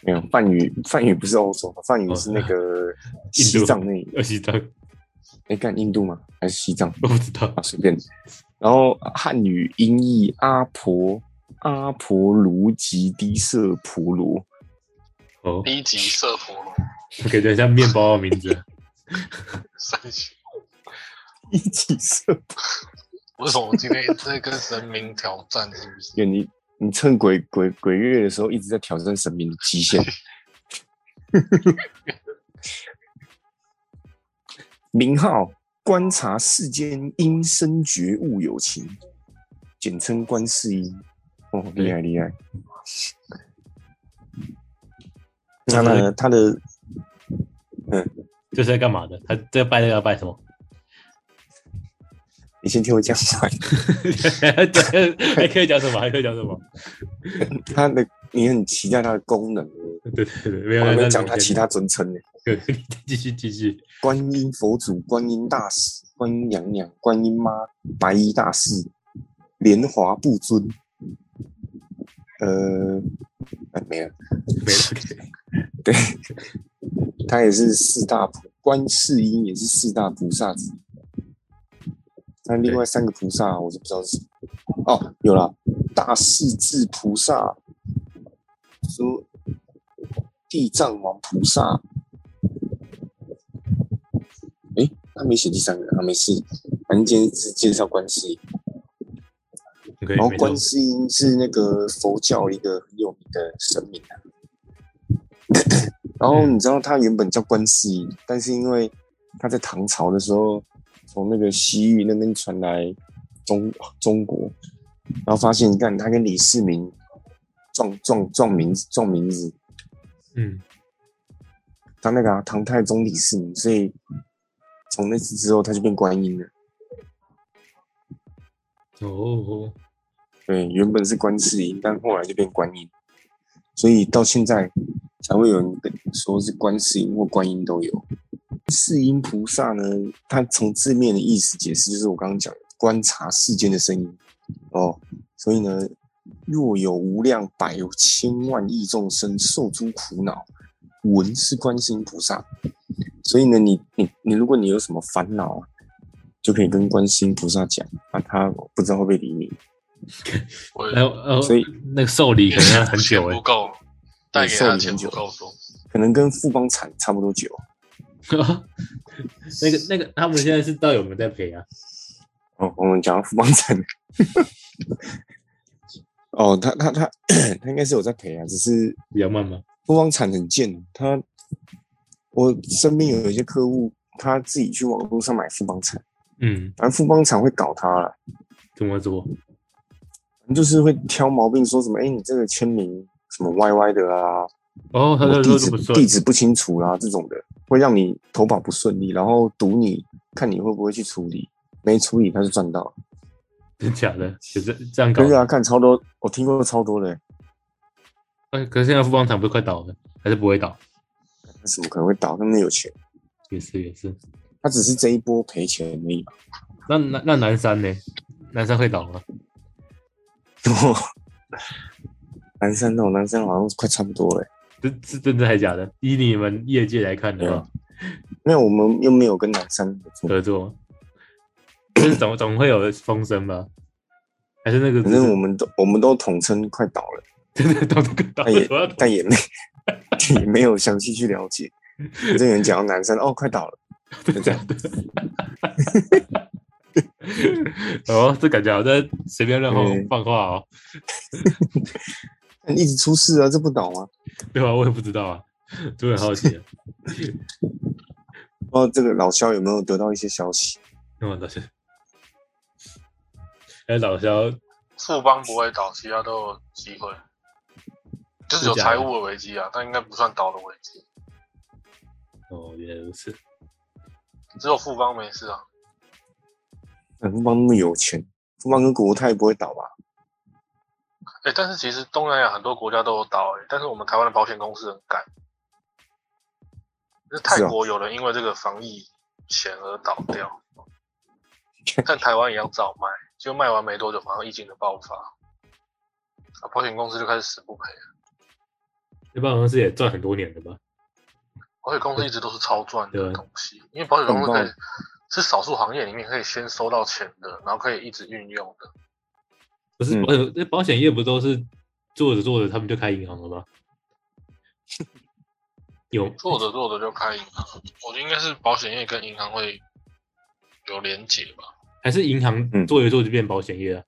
Speaker 3: 没有梵语，梵语不是欧洲，梵语是那
Speaker 2: 哦
Speaker 3: 个西藏那里。
Speaker 2: 要西藏，
Speaker 3: 哎、干印度吗？还是西藏？
Speaker 2: 我不知道
Speaker 3: 啊，随便。然后汉语音译阿婆阿婆卢吉低瑟婆罗，
Speaker 2: 哦，
Speaker 4: 低级色婆罗，
Speaker 2: 感觉很像面包的名字。
Speaker 4: 三小
Speaker 3: 低级色婆，
Speaker 4: 为什么我今天一直在跟神明挑战？是不是？
Speaker 3: 因为你你趁鬼鬼鬼月的时候一直在挑战神明的极限。 名号观察世间因生觉悟有情，简称观世音。哦，厉害厉害。那呢，他的
Speaker 2: 这是在干嘛的？他这拜这个要拜什么？
Speaker 3: 你先听我讲完。
Speaker 2: 对还可以讲什么？还可以讲什么？
Speaker 3: 他的你很期待他的功能，我
Speaker 2: 对对对，没有
Speaker 3: 还
Speaker 2: 人
Speaker 3: 没讲他其他尊称呢。
Speaker 2: 对， 你继续继续。
Speaker 3: 观音佛祖、观音大士、观音娘娘、观音妈、白衣大士、莲华不尊，呃，哎没了，
Speaker 2: 没了，OK，
Speaker 3: 他也是四大菩观世音，也是四大菩萨之一。那另外三个菩萨我就不知道是什么哦，有了大势至菩萨，说地藏王菩萨。诶，他没写第三个，他啊没事。反正今天是介绍观世音，
Speaker 2: 可以
Speaker 3: 然后
Speaker 2: 没错
Speaker 3: 观世音是那个佛教一个很有名的神明啊。 然后
Speaker 2: 嗯
Speaker 3: 你知道他原本叫观世音，但是因为他在唐朝的时候从那个西域那边传来中中国，然后发现你看他跟李世民撞撞撞名字撞名字，
Speaker 2: 嗯，
Speaker 3: 他那个、啊、唐太宗李世民，所以从那次之后他就变观音了。
Speaker 2: 哦，
Speaker 3: 对，原本是观世音，但后来就变观音，所以到现在才会有人跟你说是观世音或观音都有。世音菩萨呢，它从字面的意思解释，就是我刚刚讲的观察世间的声音哦，所以呢，若有无量百千万亿众生受诸苦恼，闻是观世音菩萨。所以呢，你你你，如果你有什么烦恼啊，就可以跟观世音菩萨讲，啊，他不知道会不会理你。
Speaker 4: 我
Speaker 2: 然后呃，
Speaker 3: 所以
Speaker 2: 那个受理可能要很久
Speaker 4: 钱不
Speaker 2: 哎，
Speaker 4: 够，带给他的钱不够多。
Speaker 3: 可能跟富邦产差不多久。
Speaker 2: 那个那个，他们现在是到底有没有在赔啊？
Speaker 3: 哦，我们讲到富邦产， 哦，他他 他他应该是有在赔啊，只是
Speaker 2: 比较慢吗？
Speaker 3: 富邦产很贱，他我身边有一些客户，他自己去网络上买富邦产，
Speaker 2: 嗯，
Speaker 3: 反正富邦产会搞他了，
Speaker 2: 怎么做？
Speaker 3: 就是会挑毛病，说什么哎、你这个签名什么歪歪的啊，
Speaker 2: 哦，他
Speaker 3: 什么
Speaker 2: 他
Speaker 3: 地
Speaker 2: 说这
Speaker 3: 址
Speaker 2: 么顺
Speaker 3: 地，址不清楚啦、这种的，会让你投保不顺利，然后赌你看你会不会去处理，没处理他就赚到了。
Speaker 2: 真假的，就这这样搞
Speaker 3: 对。啊，看超多，我听过超多的、
Speaker 2: 哎，可是现在富邦厂不是快倒了，还是不会倒？
Speaker 3: 那怎么可能会倒？那么有钱，
Speaker 2: 也是也是。
Speaker 3: 他只是这一波赔钱而已嘛。
Speaker 2: 那那那南山呢？南山会倒吗？
Speaker 3: 南山那种南山好像快差不多了、
Speaker 2: 这是真的还假的？以你们业界来看的话，
Speaker 3: 没有，我们又没有跟南山合作，
Speaker 2: 合作，就是总 总会有风声吧？还是那个
Speaker 3: 反
Speaker 2: 只
Speaker 3: 正我
Speaker 2: 是
Speaker 3: 们都我们都统称快倒了，
Speaker 2: 真 的倒个倒
Speaker 3: 但也
Speaker 2: 主要
Speaker 3: 但也没 也没有详细去了解。反正有人讲到南山哦，快倒了，就这样。
Speaker 2: 哦，这感觉好像随便乱
Speaker 3: 嗯
Speaker 2: 放放话哦，
Speaker 3: 但一直出事啊，这不倒吗？
Speaker 2: 对吧？我也不知道啊，突然好奇啊了。
Speaker 3: 不知道这个老肖有没有得到一些消息？
Speaker 2: 那么老师，哎，老肖，
Speaker 4: 富邦不会倒，其他都有机会，就是有财务的危机啊，但应该不算倒的危机。
Speaker 2: 哦，原来如此，
Speaker 4: 只有富邦没事啊，
Speaker 3: 哎富邦那么有钱，富邦跟国泰不会倒吧？
Speaker 4: 哎、但是其实东南亚很多国家都有倒、欸，但是我们台湾的保险公司很敢。就是
Speaker 2: 哦
Speaker 4: 泰国有人因为这个防疫险而倒 掉，但台湾也要照卖，就卖完没多久，马上疫情的爆发，啊，保险公司就开始死不赔。
Speaker 2: 那办公室也赚很多年了吧？
Speaker 4: 保险公司一直都是超赚
Speaker 2: 对
Speaker 4: 的东西，因为保险公司可以是少数行业里面可以先收到钱的，然后可以一直运用的。
Speaker 2: 不是
Speaker 3: 嗯
Speaker 2: 保险，那、保险业不都是做着做着他们就开银行了吗？有
Speaker 4: 做着做着就开银行，我觉得应该是保险业跟银行会有连结吧。
Speaker 2: 还是银行
Speaker 3: 嗯
Speaker 2: 做着做着就变保险业了？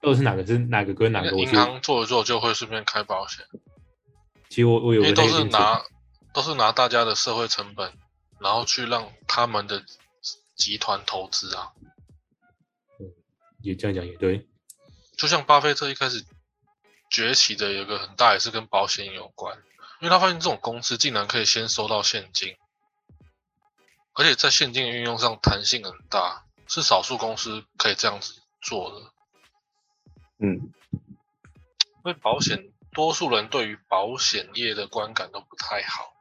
Speaker 2: 到底是哪个是哪个跟哪个？我其
Speaker 4: 银
Speaker 2: 实
Speaker 4: 行做着做着就会顺便开保险，
Speaker 2: 其实我我有
Speaker 4: 因
Speaker 2: 个
Speaker 4: 为都
Speaker 2: 太
Speaker 4: 是
Speaker 2: 清楚
Speaker 4: 拿都是拿大家的社会成本，然后去让他们的集团投资啊。
Speaker 2: 也这样讲也对，
Speaker 4: 就像巴菲特一开始崛起的有一个很大也是跟保险有关，因为他发现这种公司竟然可以先收到现金，而且在现金的运用上弹性很大，是少数公司可以这样子做的。
Speaker 3: 嗯，
Speaker 4: 因为保险，多数人对于保险业的观感都不太好，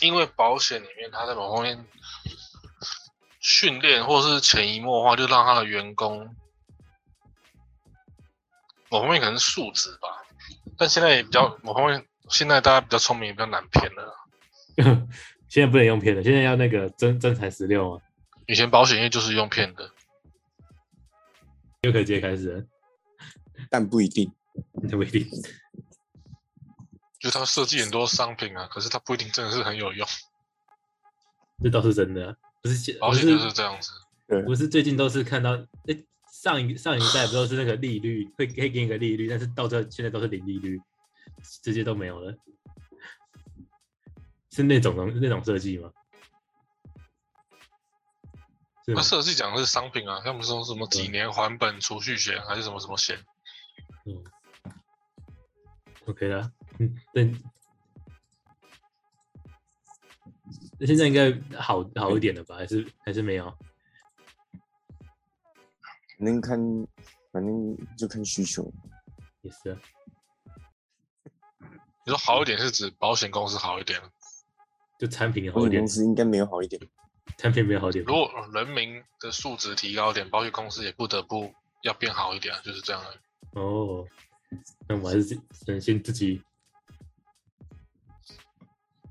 Speaker 4: 因为保险里面它在某方面训练或是潜移默化，就让他的员工某方面可能是素质吧，但现在也比较某方面，现在大家比较聪明，比较难骗了啦。
Speaker 2: 现在不能用骗的，现在要那个真真材实料啊，
Speaker 4: 以前保险业就是用骗的，
Speaker 2: 又可以直接开始了，
Speaker 3: 但不一定。
Speaker 2: 那不一定。
Speaker 4: 就是他设计很多商品啊，可是他不一定真的是很有用。
Speaker 2: 这倒是真的啊，不是现
Speaker 4: 保
Speaker 2: 不
Speaker 4: 险
Speaker 2: 是
Speaker 4: 就是这样子，
Speaker 2: 不是最近都是看到，哎、上一上一代不都是那个利率会会给你个利率，但是到这现在都是零利率，直接都没有了，是那种东那种设计吗？是
Speaker 4: 他
Speaker 2: 吗？
Speaker 4: 设计讲的是商品啊，他们说什么几年还本储蓄险还是什么什么险。
Speaker 2: 嗯，OK 啦，嗯，但那现在应该好好一点了吧？还是还是没有？
Speaker 3: 反正看，反正就看需求。
Speaker 2: 也是啊，
Speaker 4: 你说好一点是指保险公司好一点，
Speaker 2: 就产品好
Speaker 3: 保
Speaker 2: 一
Speaker 3: 险
Speaker 2: 点
Speaker 3: 公，司应该没有好一点。
Speaker 2: 产品没有好一点吗
Speaker 4: 如。果人民的素质提高一点，保险公司也不得不要变好一点，啊就是这样而已。
Speaker 2: 哦，那我还是自嗯先自己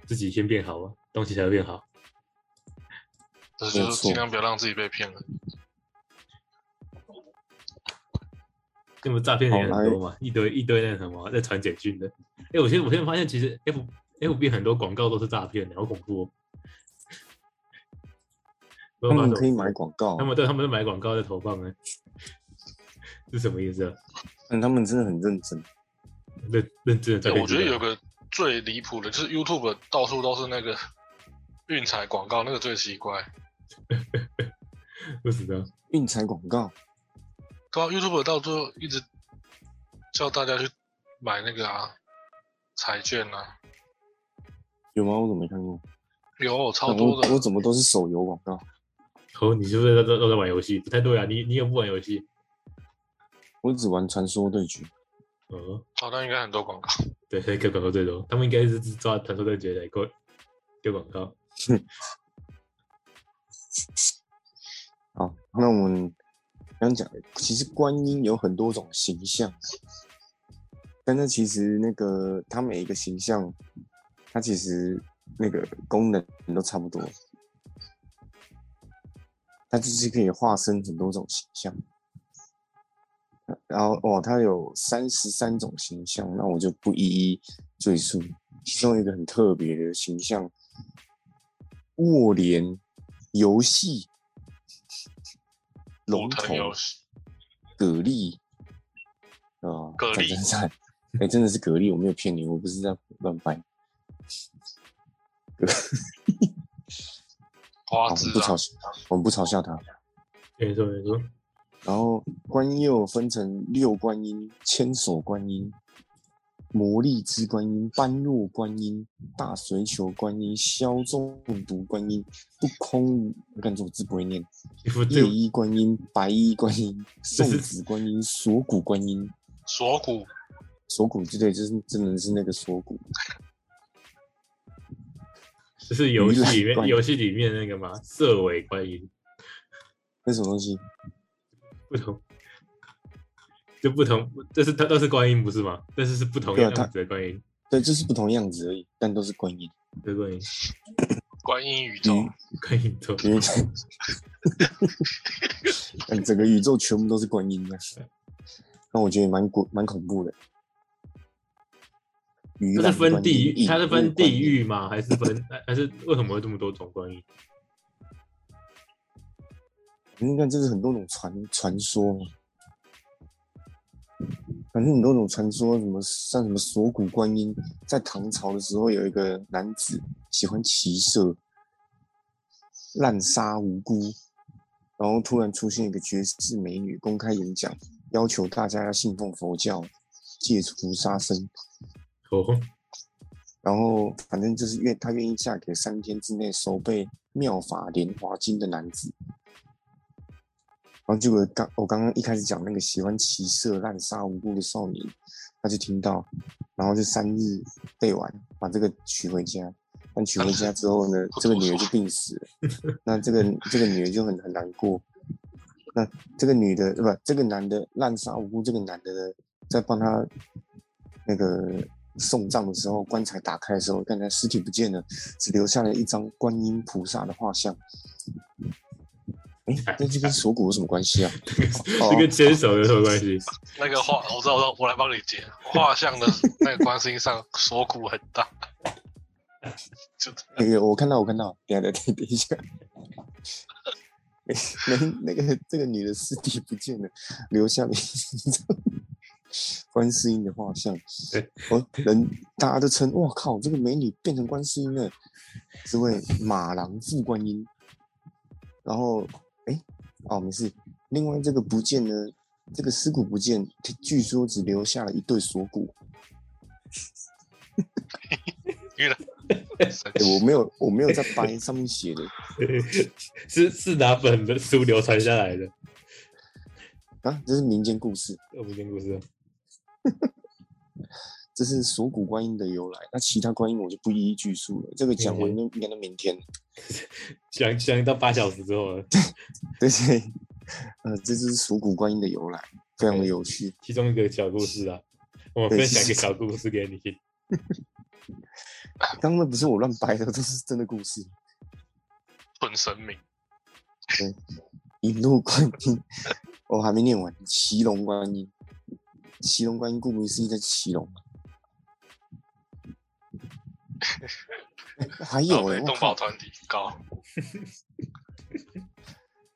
Speaker 2: 自己先变好吧，啊东西才会变好。
Speaker 4: 但是就
Speaker 3: 没
Speaker 4: 是
Speaker 3: 错
Speaker 4: 尽量不要让自己被骗了。
Speaker 2: 那么诈骗的人
Speaker 3: 好
Speaker 2: 很多嘛，一堆一堆那什么在传简讯的。哎，我现在我现在发现，其实 F F B 很多广告都是诈骗的，好恐怖、哦。不知道
Speaker 3: 他们
Speaker 2: 发
Speaker 3: 可
Speaker 2: 生
Speaker 3: 以
Speaker 2: 什么
Speaker 3: 买广告
Speaker 2: 他，们对他们都买广告在投放呢， 是什么意思啊？
Speaker 3: 但他们真的很认真。
Speaker 2: 认认真的诈
Speaker 4: 对，
Speaker 2: 骗
Speaker 4: 我
Speaker 2: 集
Speaker 4: 觉
Speaker 2: 团。
Speaker 4: 得有个最离谱的就是 YouTube 到处都是那个运彩广告，那个最奇怪。
Speaker 2: 不知道，
Speaker 3: 运彩广告，
Speaker 4: 对啊，YouTube 到最后一直叫大家去买那个啊彩券啊，
Speaker 3: 有吗？我怎么没看过？
Speaker 4: 有超
Speaker 3: 我
Speaker 4: 哦多
Speaker 3: 嗯我
Speaker 4: 的。
Speaker 3: 怎么都是手游广告？
Speaker 2: 哦，你是不是都都都在玩游戏？不太对啊，你你也不玩游戏？
Speaker 3: 我只玩传说对决。
Speaker 2: 哦。
Speaker 4: 好，那应该很多广告。
Speaker 2: 对，现在丢广告最多，他们应该是抓传说对决来过丢广告。
Speaker 3: 好，那我们刚讲，其实观音有很多种形象，啊但是其实那个它每一个形象，它其实那个功能都差不多，它就是可以化身很多种形象。然后哦，它有三十三种形象，那我就不一一赘述。其中一个很特别的形象，握联游戏龙
Speaker 4: 武
Speaker 3: 头
Speaker 4: 藤游戏，
Speaker 3: 蛤蜊，啊、
Speaker 4: 蛤
Speaker 3: 干
Speaker 4: 蜊
Speaker 3: 真菜，哎、真的是蛤蜊，我没有骗你，我不是在乱掰，
Speaker 4: 花
Speaker 3: 好我
Speaker 4: 枝
Speaker 3: 们不
Speaker 4: 啊
Speaker 3: 嘲，笑，我们不嘲笑他。
Speaker 2: 没错没错，
Speaker 3: 然后观音又有分成六观音、千手观音、魔力之观音、般若观音、大水球观音、消中毒观音、不空，我感觉我字不会念，
Speaker 2: 衣服
Speaker 3: 夜
Speaker 2: 这
Speaker 3: 衣观音、白衣观音、
Speaker 2: 这
Speaker 3: 送
Speaker 2: 是
Speaker 3: 子观音、锁骨观音、
Speaker 4: 锁骨
Speaker 3: 锁骨，就对，就是真的是那个锁骨。
Speaker 2: 就是游戏里
Speaker 3: 鱼来
Speaker 2: 面
Speaker 3: 观
Speaker 2: 游戏里面那个嘛，色尾观音
Speaker 3: 那什么东西？
Speaker 2: 不同，就不同，这是它都是观音不是吗？但是是不同
Speaker 3: 对
Speaker 2: 样
Speaker 3: 啊它
Speaker 2: 子的观音，
Speaker 3: 对，就是不同样子而已，但都是观音。
Speaker 2: 对观音
Speaker 3: 嗯
Speaker 4: 观音宇宙
Speaker 3: 鱼
Speaker 2: 观音座
Speaker 3: 鱼嗯，整个宇宙全部都是观音的，那我觉得也蛮诡蛮恐怖的。
Speaker 2: 它是
Speaker 3: 它
Speaker 2: 分地域，它是分地域吗？还是分还还是为什么会这么多种观音？
Speaker 3: 你看，这是很多种传传说嘛，反正很多种传说，什么像什么锁骨观音，在唐朝的时候有一个男子喜欢骑射，滥杀无辜，然后突然出现一个绝世美女公开演讲，要求大家要信奉佛教，戒除杀生，
Speaker 2: 哦，
Speaker 3: 然后反正就是愿她愿意嫁给三天之内手背妙法莲华经的男子。然后结果刚我刚刚一开始讲那个喜欢骑射滥杀无辜的少年，他就听到，然后就三日背完把这个娶回家。但娶回家之后呢，
Speaker 4: 不
Speaker 3: 这个
Speaker 4: 多
Speaker 3: 女儿就
Speaker 4: 说
Speaker 3: 病死了。那这个这个女儿就很很难过。那这个女的呃不，这个男的滥杀无辜，这个男的呢，在帮他那个送葬的时候，棺材打开的时候，看才尸体不见了，只留下了一张观音菩萨的画像。哎，那这跟锁骨有什么关系啊？
Speaker 2: 这跟牵手有什么关系？
Speaker 4: 那个画，我知道，我知道，我来帮你解。画像的那个观世音上锁骨很大，就
Speaker 3: 那个我看到，我看到，等一下，等一下等一下。那那个这个女的尸体不见了，留下了一张 观世音的画像
Speaker 2: 对。
Speaker 3: 哦，人大家都称，哇靠，这个美女变成观世音了，是位马郎父观音。然后，哎，哦，没事。另外这个不见呢，这个尸骨不见，据说只留下了一对锁骨。
Speaker 4: 晕了。神
Speaker 3: 哎，我没有，我没有在掰，上面写的。
Speaker 2: 是是哪本的书流传下来的？
Speaker 3: 啊，这是民间故事，
Speaker 2: 我们听故事，啊
Speaker 3: 这是锁骨观音的由来。那其他观音我就不一一叙述了，这个讲完
Speaker 2: 嗯
Speaker 3: 就应该到明天。
Speaker 2: 讲讲到八小时之后了， 啊
Speaker 3: 对对，呃，这就是锁骨观音的由来，非常的有趣。
Speaker 2: 其中一个小故事啊，我们
Speaker 3: 对
Speaker 2: 分享一个小故事给你。
Speaker 3: 刚刚那不是我乱掰的， 这是真的故事。
Speaker 4: 蠢神明，
Speaker 3: 一路观音，我还没念完。骑龙观音，骑龙观音顾名思义在骑龙。还有哎、
Speaker 4: 然后被
Speaker 3: 我
Speaker 4: 动
Speaker 3: 靠
Speaker 4: 保团体高，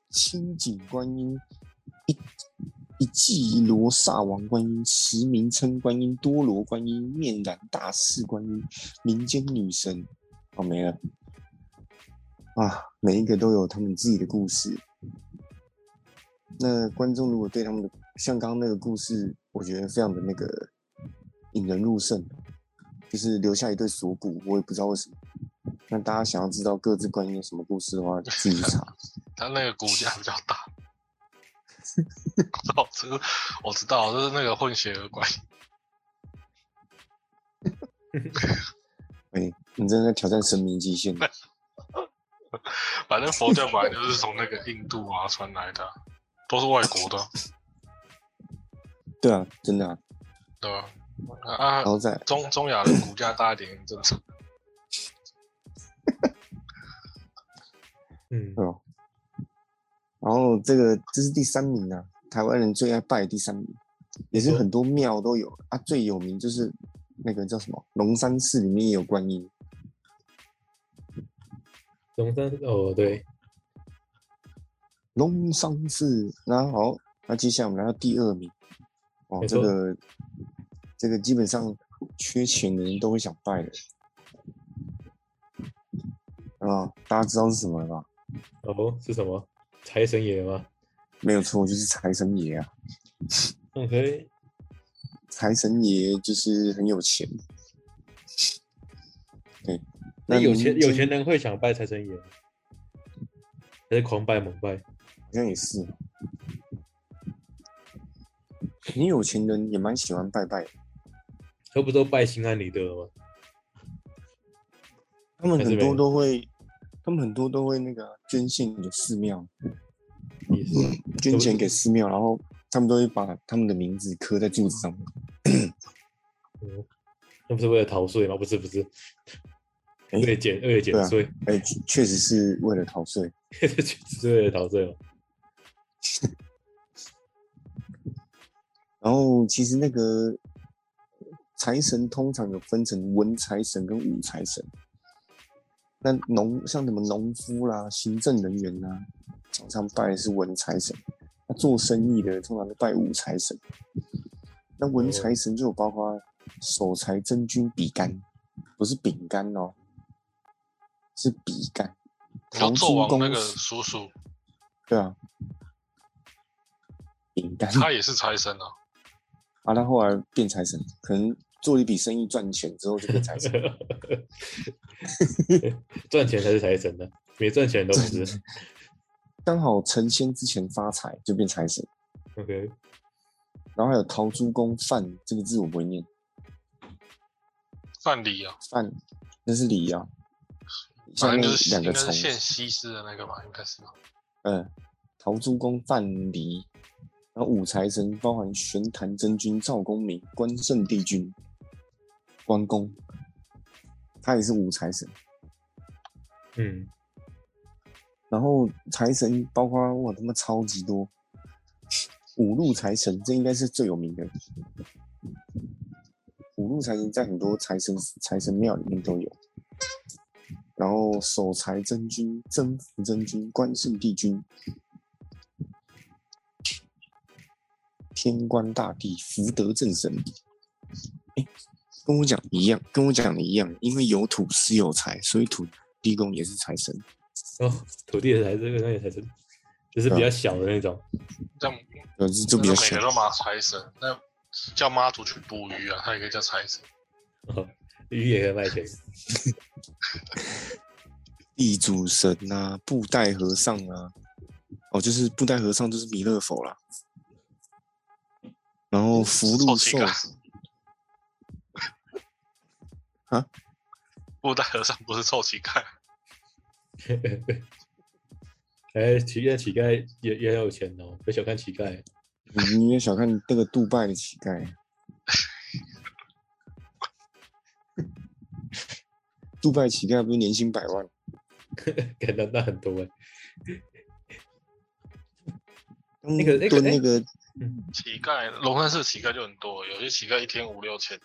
Speaker 3: 清景观音，一一记罗刹王观音，持名称观音，多罗观音，面染大士观音，民间女神，哦没了，啊，每一个都有他们自己的故事。那观众如果对他们的像刚刚那个故事，我觉得非常的那个引人入胜，就是留下一对锁骨，我也不知道为什么。那大家想要知道各自观音有什么故事的话，自己去查。
Speaker 4: 他那个骨架比较 大。我知道，我知道，就是那个混血儿怪，
Speaker 3: 哎、你真的在挑战神明极限。
Speaker 4: 反正佛教本来就是从那个印度啊传来的，都是外国的，
Speaker 3: 对啊，真的啊。
Speaker 4: 对吧？啊
Speaker 3: 然，后再
Speaker 4: 中中亚的骨架大一点很正常。
Speaker 2: 嗯，
Speaker 3: 哦，然后这个这是第三名啊，台湾人最爱拜的第三名，也是
Speaker 2: 没错
Speaker 3: 很多庙都有啊。最有名就是那个叫什么龙山寺里面也有观音，
Speaker 2: 龙山哦，对，
Speaker 3: 龙山寺。那好，那接下来我们来到第二名。哦，
Speaker 2: 没
Speaker 3: 这
Speaker 2: 错
Speaker 3: 个这个基本上缺钱的人都会想拜的。啊，大家知道是什么了吧？
Speaker 2: 哦是什么？财神爷吗
Speaker 3: 没有错，就是财神爷啊。
Speaker 2: ？OK，
Speaker 3: 财神爷就是很有钱，对，
Speaker 2: 那有
Speaker 3: 民
Speaker 2: 钱
Speaker 3: 间
Speaker 2: 有钱人会想拜财神爷吗，还是狂拜猛拜？
Speaker 3: 好像也是，你有钱人也蛮喜欢拜拜的，
Speaker 2: 他不都拜心安理得了吗？
Speaker 3: 他们
Speaker 2: 还是
Speaker 3: 很
Speaker 2: 没
Speaker 3: 多
Speaker 2: 有
Speaker 3: 都会，他们很多都会那个啊捐献给寺庙，
Speaker 2: 也是，
Speaker 3: 捐钱给寺庙，然后他们都会把他们的名字刻在柱子上面。
Speaker 2: 那不是为了逃税吗？不是不是，哎对减二减
Speaker 3: 对啊
Speaker 2: 税，
Speaker 3: 哎、确确实是为了逃税。
Speaker 2: 是为了逃税嘛？。
Speaker 3: 然后其实那个财神通常有分成文财神跟武财神。那农像什么农夫啦、行政人员啦，常常拜的是文财神。那做生意的通常都拜武财神。那文财神就有包括守财真君比干，不是饼干哦，是比干。
Speaker 4: 你说
Speaker 3: 唐
Speaker 4: 纣
Speaker 3: 清
Speaker 4: 王
Speaker 3: 宫
Speaker 4: 那个叔叔，
Speaker 3: 对啊，饼干。
Speaker 4: 他也是财神啊，
Speaker 3: 啊，他后来变财神，可能做一笔生意赚钱之后就变财 神
Speaker 2: 赚钱才是财神呢，啊没赚钱都不是。
Speaker 3: 刚好成仙之前发财就变财神，
Speaker 2: OK，
Speaker 3: 然后还有陶朱公范这个字我不会念，
Speaker 4: 范蠡啊，
Speaker 3: 范那是礼啊，下
Speaker 4: 反
Speaker 3: 面
Speaker 4: 正就是
Speaker 3: 两
Speaker 4: 应
Speaker 3: 个
Speaker 4: 该是
Speaker 3: 虫，
Speaker 4: 献西施的那个吧，应该是吧。
Speaker 3: 嗯，陶朱公范蠡，然后五财神包含玄坛真君赵公明、关圣帝君、关公，他也是五财神。
Speaker 2: 嗯，
Speaker 3: 然后财神包括哇他妈超级多，五路财神这应该是最有名的。五路财神在很多财神财神庙里面都有，然后守财真君、征服真君、关圣帝君、天官大帝、福德正神。哎，跟我讲一样，跟我讲的一样，因为有土是有财，所以土地公也是财神。
Speaker 2: 哦，土地的财神，那个财神，就是比较小的那种。
Speaker 4: 这样
Speaker 3: 呃，这就比较
Speaker 4: 但是
Speaker 3: 小
Speaker 4: 每个。都骂财神，那叫妈祖去捕鱼啊，他也可以叫财神。
Speaker 2: 哦，鱼也可以卖钱。
Speaker 3: 地主神啊，布袋和尚啊，哦，就是布袋和尚就是弥勒佛啦。然
Speaker 4: 嗯
Speaker 3: 后哦福禄寿
Speaker 4: 凑几， 个
Speaker 3: 啊？
Speaker 4: 布袋和尚不是臭乞丐，
Speaker 2: 哎，乞丐乞丐也也很有钱哦，别小看乞丐。
Speaker 3: 你你也小看那个杜拜的乞丐。杜拜乞丐不是年薪百万？
Speaker 2: 感到那很多哎，
Speaker 3: 那
Speaker 2: 个那个
Speaker 3: 蹲
Speaker 2: 哎
Speaker 3: 那个
Speaker 4: 乞丐龙山寺乞丐就很多，有些乞丐一天五六千，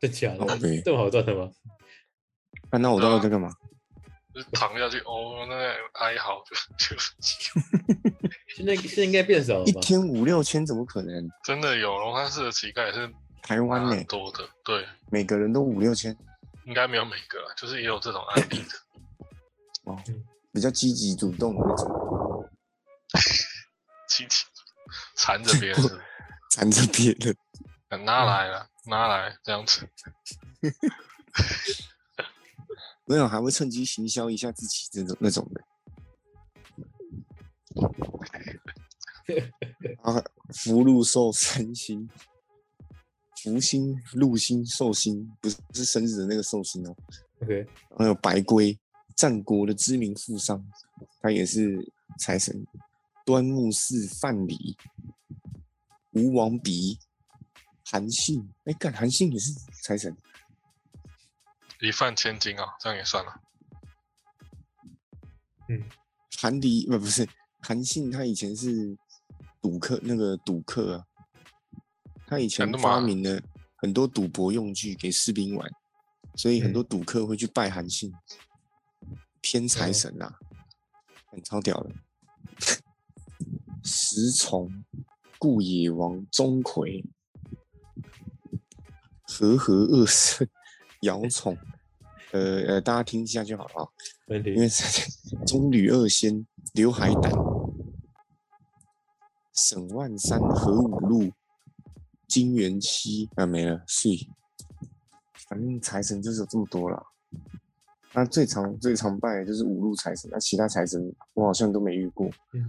Speaker 2: 真假
Speaker 3: 靠
Speaker 2: 的？
Speaker 3: 背，
Speaker 2: 这么好赚的吗？
Speaker 3: 啊那我到底在干嘛？
Speaker 4: 就是躺下去哦，那个哀嚎就就
Speaker 2: 现在现在应该变少了
Speaker 3: 一
Speaker 2: 吧？
Speaker 3: 天五六千怎么可能？
Speaker 4: 真的有龙山寺的乞丐也是
Speaker 3: 台湾呢、
Speaker 4: 蛮多的，对，
Speaker 3: 每个人都五六千，
Speaker 4: 应该没有每个啦，就是也有这种案例 的。
Speaker 3: 比较积极主动的那种。
Speaker 4: 亲戚缠着别人是不是，
Speaker 3: 缠着别人。嗯
Speaker 4: 拿来了，拿来这样子，
Speaker 3: 没有，还会趁机行销一下自己这种那种的。啊，福禄寿三星，福星、禄星、寿星，不是不是生日的那个寿星哦。
Speaker 2: OK，
Speaker 3: 还有白龟，战国的知名富商，他也是财神。端木寺范蠡，吴王鼻，韩信，哎，干韩信也是财神。
Speaker 4: 一饭千金啊，这样也算了。
Speaker 3: 韩迪不不是韩信，他以前是赌客，那个赌客啊，他以前
Speaker 4: 真的吗
Speaker 3: 发明了很多赌博用具给士兵玩，所以很
Speaker 4: 嗯
Speaker 3: 多赌客会去拜韩信，偏财
Speaker 4: 哦
Speaker 3: 神啊，很超屌的。石崇、顾野王、钟馗、和和恶圣、姚崇，呃呃，大家听一下就好了啊。
Speaker 2: 问
Speaker 3: 因为
Speaker 2: 题。
Speaker 3: 是棕榈二仙、刘海胆、沈万三、何五路、金元七啊没了，是，反正财神就是有这么多啦。那最常最常拜的就是五路财神，那其他财神我好像都没遇过。
Speaker 2: 嗯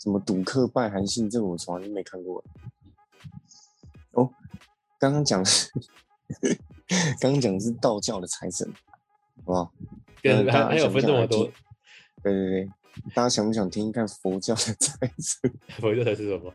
Speaker 3: 什么赌客拜韩信，这个我从来就没看过。哦，刚刚讲的是， 刚刚讲的是道教的财神，好不好？
Speaker 2: 跟还
Speaker 3: 呃大家
Speaker 2: 还有
Speaker 3: 想不
Speaker 2: 分
Speaker 3: 想
Speaker 2: 这么
Speaker 3: 来听
Speaker 2: 多，
Speaker 3: 对对对，大家想不想听看佛教的 财神
Speaker 2: 佛教才是什么？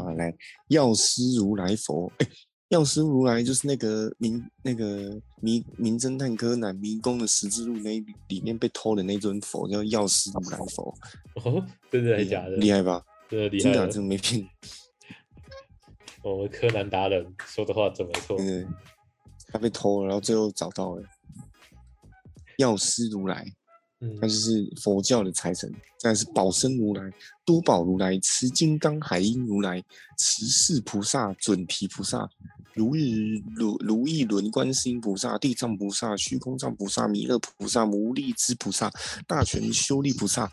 Speaker 3: 啊？来，药师如来佛，哎、药师如来就是那个名那个名名侦探柯南迷宫的十字路那一里面被偷的那尊佛叫药师如来佛，
Speaker 2: 哦，真的还假的？
Speaker 3: 厉害吧？
Speaker 2: 真的厉害
Speaker 3: 真的
Speaker 2: 了
Speaker 3: 啊真的没骗你，
Speaker 2: 我们柯南达人说的话怎么错？
Speaker 3: 真的。他被偷了，然后最后找到了药师如来，
Speaker 2: 嗯
Speaker 3: 他就是佛教的财神，再来是宝生如来、多宝如来、持金刚海音如来、持世菩萨、准提菩萨、如日如如意轮观世音菩萨、地藏菩萨、虚空藏菩萨、弥勒菩萨、无力之菩萨、大权修利菩萨。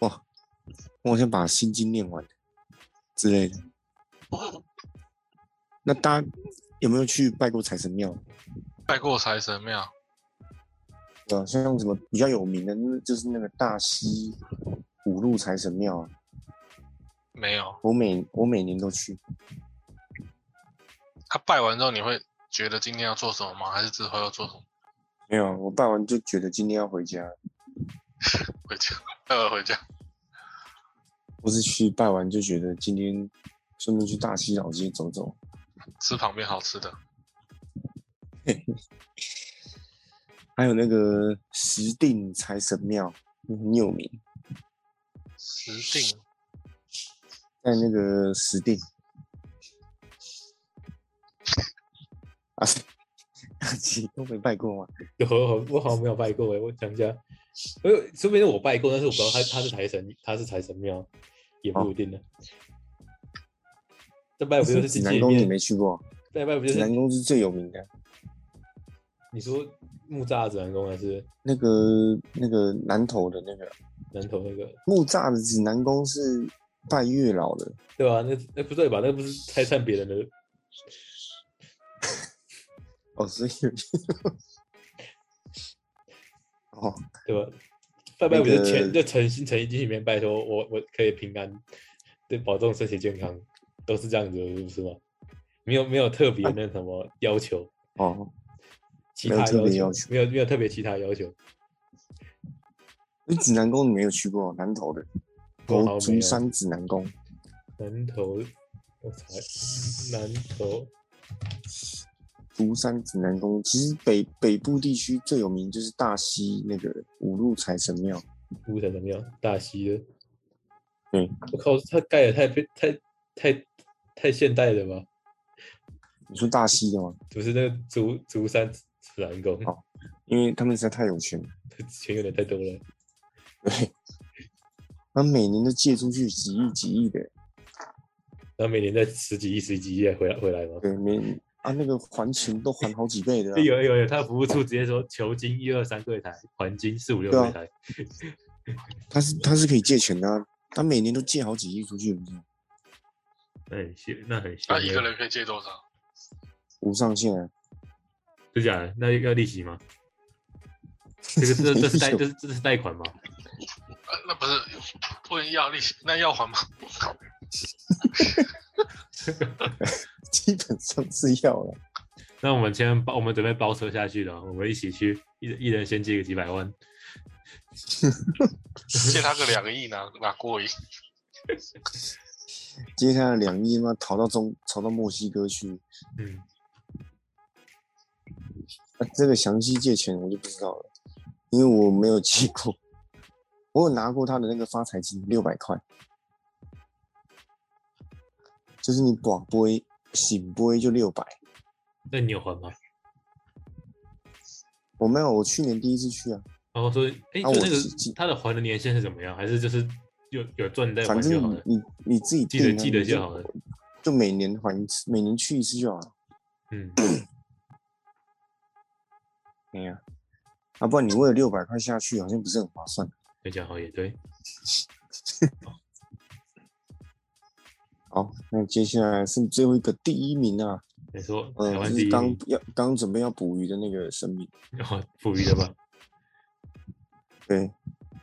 Speaker 3: 哇，我好像把心经念完了之类的。那大家有没有去拜过财神庙？
Speaker 4: 拜过财神庙，
Speaker 3: 对啊，像什么比较有名的，那就是那个大溪五路财神庙、啊。
Speaker 4: 没有。
Speaker 3: 我每我每年都去，
Speaker 4: 他拜完之后，你会觉得今天要做什么吗？还是之后要做什么？
Speaker 3: 没有啊我拜完就觉得今天要回家，
Speaker 4: 回家， 呃，回家。
Speaker 3: 或是去拜完就觉得今天顺便去大溪老街走走。
Speaker 4: 吃旁边好吃的，
Speaker 3: 还有那个石定财神庙很有名，
Speaker 4: 石定
Speaker 3: 在那个石定啊， 是阿奇都没拜过吗？
Speaker 2: 有我好像没有拜过哎，我想一下，我有说不定我拜过，但是我不知道他他是财
Speaker 3: 哦
Speaker 2: 神，他是财神庙，也不一定呢。再拜不就是
Speaker 3: 指
Speaker 2: 去
Speaker 3: 南
Speaker 2: 界
Speaker 3: 宫你
Speaker 2: 面？
Speaker 3: 没去过？
Speaker 2: 再拜不就
Speaker 3: 指南
Speaker 2: 是
Speaker 3: 宫是最有名的，
Speaker 2: 你说木栅指南宫还是
Speaker 3: 那个那个南头的那个
Speaker 2: 南头那个？
Speaker 3: 木栅的指南宫是拜月老的，
Speaker 2: 对吧？那那不对吧？那不是拆散别人的？
Speaker 3: 哦，所以有哦，
Speaker 2: 对吧？拜拜不
Speaker 3: 那
Speaker 2: 是
Speaker 3: 个
Speaker 2: 全就诚心诚意进去里面拜托我，我可以平安，对，保重身体健康，都是这样子的，不是吗？没有没有特别那什么要求，
Speaker 3: 哦，
Speaker 2: 其
Speaker 3: 没
Speaker 2: 他
Speaker 3: 有特别
Speaker 2: 要
Speaker 3: 要求
Speaker 2: 没有没有特别其他要求，
Speaker 3: 那指南宫你没有去过南投的，
Speaker 2: 我好
Speaker 3: 头
Speaker 2: 没
Speaker 3: 竹
Speaker 2: 有
Speaker 3: 山指南宫，
Speaker 2: 南头，我操，南头，
Speaker 3: 竹山指南宫其实北北部地区最有名就是大溪那个五路财神庙，
Speaker 2: 乌城怎么样？大溪的，
Speaker 3: 对，
Speaker 2: 我靠，他盖的太太太太现代了吧？
Speaker 3: 你说大溪的吗？
Speaker 2: 不是那个竹竹山指南宫，
Speaker 3: 哦因为他们实在太有钱了，
Speaker 2: 钱有点太多了，
Speaker 3: 对，他们每年都借出去几亿几亿的，
Speaker 2: 然后每年在十几亿、十几亿回来回来嘛。
Speaker 3: 对，每啊那个还钱都还好几倍的啊、
Speaker 2: 有有有，他服务处直接说求金一二三柜台，还金四五六
Speaker 3: 对
Speaker 2: 柜
Speaker 3: 啊
Speaker 2: 台，
Speaker 3: 他是他是可以借钱的啊、他每年都借好几亿出去，不是吗
Speaker 2: 那很羡，哎那很啊羡
Speaker 4: 他
Speaker 2: 慕。
Speaker 4: 啊一个人可以借多少？啊
Speaker 3: 无上限、啊。
Speaker 2: 真假的？啊那要利息吗？这个这这 是贷
Speaker 3: 没有
Speaker 2: 这是这是贷款吗？
Speaker 4: 呃，那不是不能要利息，那要还吗？
Speaker 3: 基本上是要了。
Speaker 2: 那我们先包，我们准备包车下去了，我们一起去，一人一人先借个几百 万，
Speaker 4: 借他个两个亿拿拿过瘾，
Speaker 3: 接下来两亿嘛，逃到中，逃到墨西哥去。
Speaker 2: 嗯，
Speaker 3: 啊、这个详细借钱我就不知道了，因为我没有借过。我有拿过他的那个发财金六百块，就是你寡杯醒杯就六百。
Speaker 2: 那你有还吗？
Speaker 3: 我没有，我去年第一次去啊，
Speaker 2: 然后说，哎，就
Speaker 3: 啊
Speaker 2: 那
Speaker 3: 我是
Speaker 2: 个
Speaker 3: 记
Speaker 2: 他的还的年限是怎么样？还是就是有有赚再还
Speaker 3: 反
Speaker 2: 就好
Speaker 3: 正
Speaker 2: 了？
Speaker 3: 你你自己
Speaker 2: 记得
Speaker 3: 定啊
Speaker 2: 记得
Speaker 3: 你
Speaker 2: 就好了。
Speaker 3: 就每年还一次，每年去一次就好了。
Speaker 2: 嗯，
Speaker 3: 哎呀、啊，不然你为了六百块下去，好像不是很划算。
Speaker 2: 这讲好也对，
Speaker 3: 好，那接下来是最后一个第一名啊，
Speaker 2: 没错，
Speaker 3: 呃，
Speaker 2: 台湾
Speaker 3: 就
Speaker 2: 第
Speaker 3: 是
Speaker 2: 一
Speaker 3: 刚
Speaker 2: 名，
Speaker 3: 要刚准备要捕鱼的那个神明，
Speaker 2: 哦，富裕的吧？
Speaker 3: 对，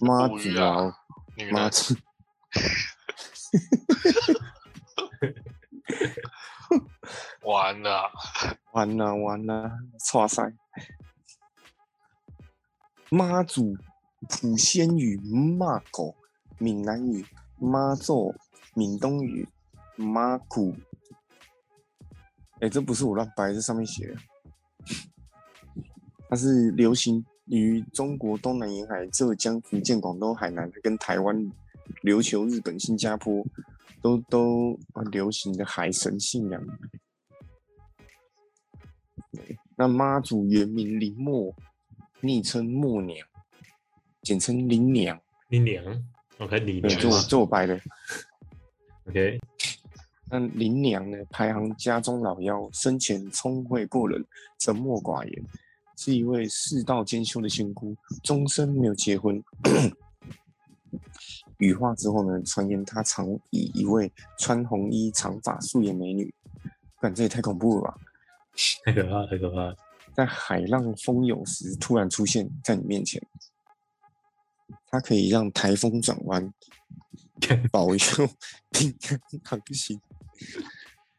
Speaker 3: 妈
Speaker 4: 捕
Speaker 3: 祖
Speaker 4: 鱼啊
Speaker 3: 啊，
Speaker 4: 女
Speaker 3: 妈
Speaker 4: 的，
Speaker 3: 祖，
Speaker 4: 完了，啊
Speaker 3: 完啦完啦，哇塞，妈祖、普仙语、骂狗、闽南语、妈祖、闽东语、妈古，哎、这不是我乱掰，这上面写的， 它是流行于中国东南沿海、浙江、福建、广东、海南跟台湾、琉球、日本、新加坡都都很流行的海神信仰。对那妈祖原名林默，昵称默娘，简称林娘。
Speaker 2: 你娘，OK，你
Speaker 3: 对，
Speaker 2: 娘
Speaker 3: 这
Speaker 4: 就
Speaker 3: 我
Speaker 4: 是
Speaker 3: 这我掰的。
Speaker 2: ，OK，
Speaker 3: 那林娘呢，排行家中老幺，生前聪慧过人，沉默寡言，是一位世道兼修的仙姑，终身没有结婚。 羽化之后呢，传言她常以一位穿红衣、长发、素颜美女，感这也太恐怖了吧！
Speaker 2: 太可怕了，太可怕了。
Speaker 3: 在海浪风涌时突然出现在你面前，它可以让台风转弯，保佑 平安航行，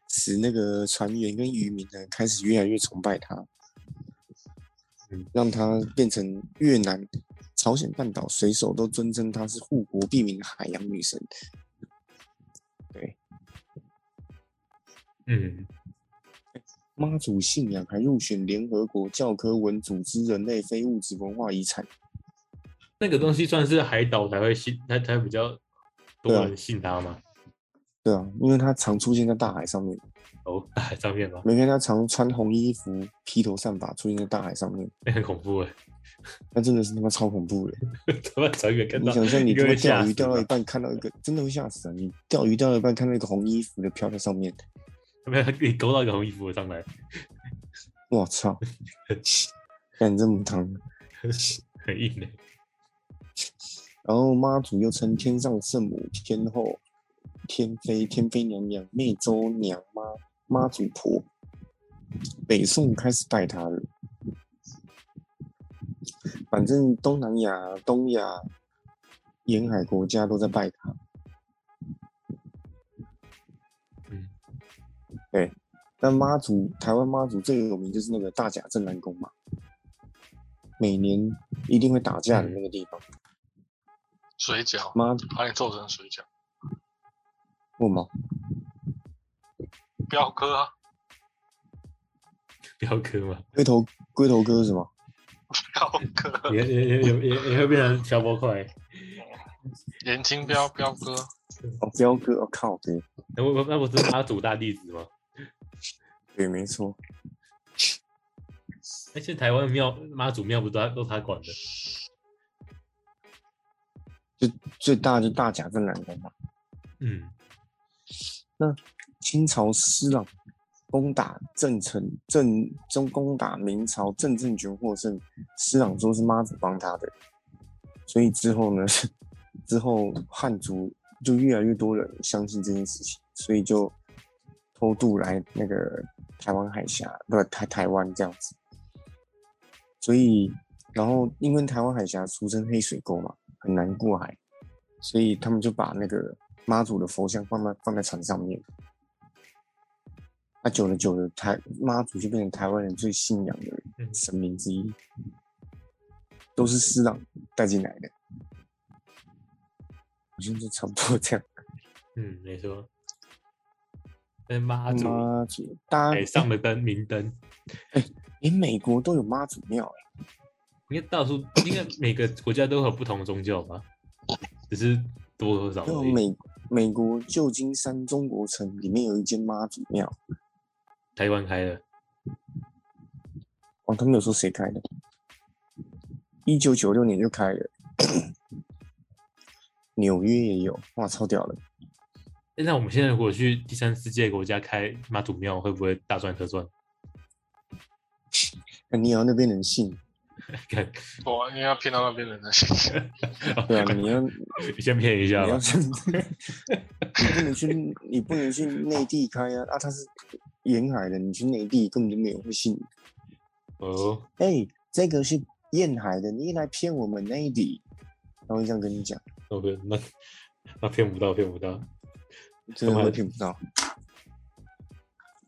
Speaker 3: 使那个船员跟渔民呢开始越来越崇拜它
Speaker 2: 嗯，
Speaker 3: 让它变成越南、朝鲜半岛水手都尊称她是护国庇民的海洋女神。
Speaker 2: 嗯，
Speaker 3: 妈祖信仰还入选联合国教科文组织人类非物质文化遗产。
Speaker 2: 那个东西算是海岛才会信，它才比较多
Speaker 3: 对啊
Speaker 2: 人信它嘛。
Speaker 3: 对啊，因为它常出现在大海上面。
Speaker 2: 哦，大海上面嘛，
Speaker 3: 每天他常穿红衣服、披头散发出现在大海上面，
Speaker 2: 那很恐怖哎。
Speaker 3: 那真的是他妈超恐怖的。
Speaker 2: 他妈船员看
Speaker 3: 你
Speaker 2: 到，
Speaker 3: 想象你
Speaker 2: 一
Speaker 3: 他
Speaker 2: 个
Speaker 3: 妈
Speaker 2: 人吓
Speaker 3: 钓
Speaker 2: 死
Speaker 3: 鱼钓到一
Speaker 2: 吧，
Speaker 3: 半，看到一个真的会吓死啊！你钓鱼钓到一半，看到一个红衣服的飘在上面，
Speaker 2: 他们还给你勾到一个红衣服的上来，
Speaker 3: 我 操！干这么烫。
Speaker 2: 很硬哎。
Speaker 3: 然后妈祖又称天上圣母、天后、天妃、天妃娘娘、湄洲娘妈、妈祖婆。北宋开始拜她了。反正东南亚、东亚沿海国家都在拜她。
Speaker 2: 嗯，
Speaker 3: 对。那妈祖，台湾妈祖最有名就是那个大甲镇澜宫嘛，每年一定会打架的那个地方。
Speaker 4: 水饺，
Speaker 3: 妈，
Speaker 4: 把你做成水饺，
Speaker 3: 问吗？
Speaker 4: 彪哥啊，
Speaker 2: 彪哥嘛，
Speaker 3: 龟头龟头哥是吗？
Speaker 4: 彪哥，
Speaker 2: 也也也也也也会变成小波块。
Speaker 4: 严金彪，彪哥，
Speaker 3: 哦，彪哥，哦靠，对
Speaker 2: 那我那不是妈祖大弟子吗？
Speaker 3: 对，没错，
Speaker 2: 而且哎台湾庙妈祖庙不都他都他管的？
Speaker 3: 最大就大甲镇澜宫嘛。
Speaker 2: 嗯，
Speaker 3: 清朝施琅攻打郑成郑中攻打明朝郑政权获胜，施琅说是妈祖帮他的，所以之后呢， 之后汉族就越来越多人相信这件事情，所以就偷渡来那个台湾海峡，不台台湾这样子。所以，然后因为台湾海峡俗称黑水沟嘛，很难过海，所以他们就把那个妈祖的佛像放在放在船上面。那、久了久了，台妈祖就变成台湾人最信仰的
Speaker 2: 嗯
Speaker 3: 神明之一，都是师长带进来的。好像就差不多这样。
Speaker 2: 嗯，没错。那妈祖
Speaker 3: 妈祖，大家
Speaker 2: 哎、上了灯，明灯，
Speaker 3: 连美国都有妈祖庙、欸，
Speaker 2: 应该到处，应该每个国家都有不同宗教吧，只是多和少
Speaker 3: 欸就
Speaker 2: 而已。
Speaker 3: 美美国旧金山中国城里面有一间妈祖庙。
Speaker 2: 台湾开的，
Speaker 3: 哦，他们有说谁开的？一九九六年就开了， 纽约也有，哇，超屌了！
Speaker 2: 诶哎那我们现在如果去第三世界国家开妈祖庙，会不会大赚特赚？
Speaker 3: 那你也要那边人信，
Speaker 2: 看，
Speaker 4: 我应该要骗到那 边人的信息。
Speaker 3: 对啊，你要你
Speaker 2: 先骗一下吧
Speaker 3: 要。是，你不能去， 你不能去内地开啊！啊，他是沿海的，你去内地根本就没有人会信你。
Speaker 2: 哦，
Speaker 3: 哎、这个是沿海的，你来骗我们内地，他会这样跟你讲，
Speaker 2: 那不那那骗不到，骗不到。
Speaker 3: 真的
Speaker 2: 干嘛
Speaker 3: 会骗不到。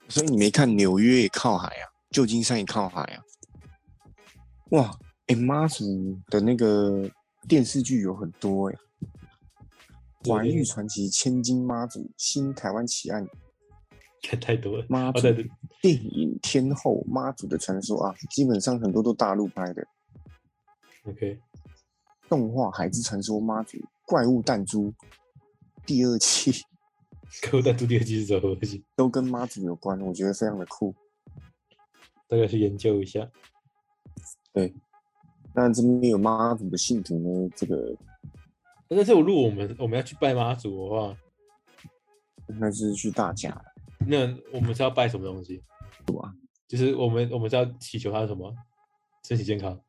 Speaker 3: 所以你没看纽约也靠海啊，旧金山也靠海啊。哇，哎、妈祖的那个电视剧有很多哎、
Speaker 2: 对
Speaker 3: 华玉传奇》《千金妈祖》《新台湾奇案》
Speaker 2: 太太多了。
Speaker 3: 妈
Speaker 2: 哦，
Speaker 3: 祖
Speaker 2: 对对，
Speaker 3: 电影天后妈祖的传说啊，基本上很多都大陆拍的。
Speaker 2: ，OK，
Speaker 3: 动画《海之传说》妈祖怪物弹珠第二期
Speaker 2: 客户弹珠第二季是什么东西？
Speaker 3: 都跟妈祖有关，我觉得非常的酷。
Speaker 2: 大概去研究一下。
Speaker 3: 那这边有妈祖的信徒呢，这个
Speaker 2: 但是我如果我们我们要去拜妈祖的话，
Speaker 3: 那是去大甲，
Speaker 2: 那我们是要拜什么东西？就是我们我们是要祈求他什么身体健康。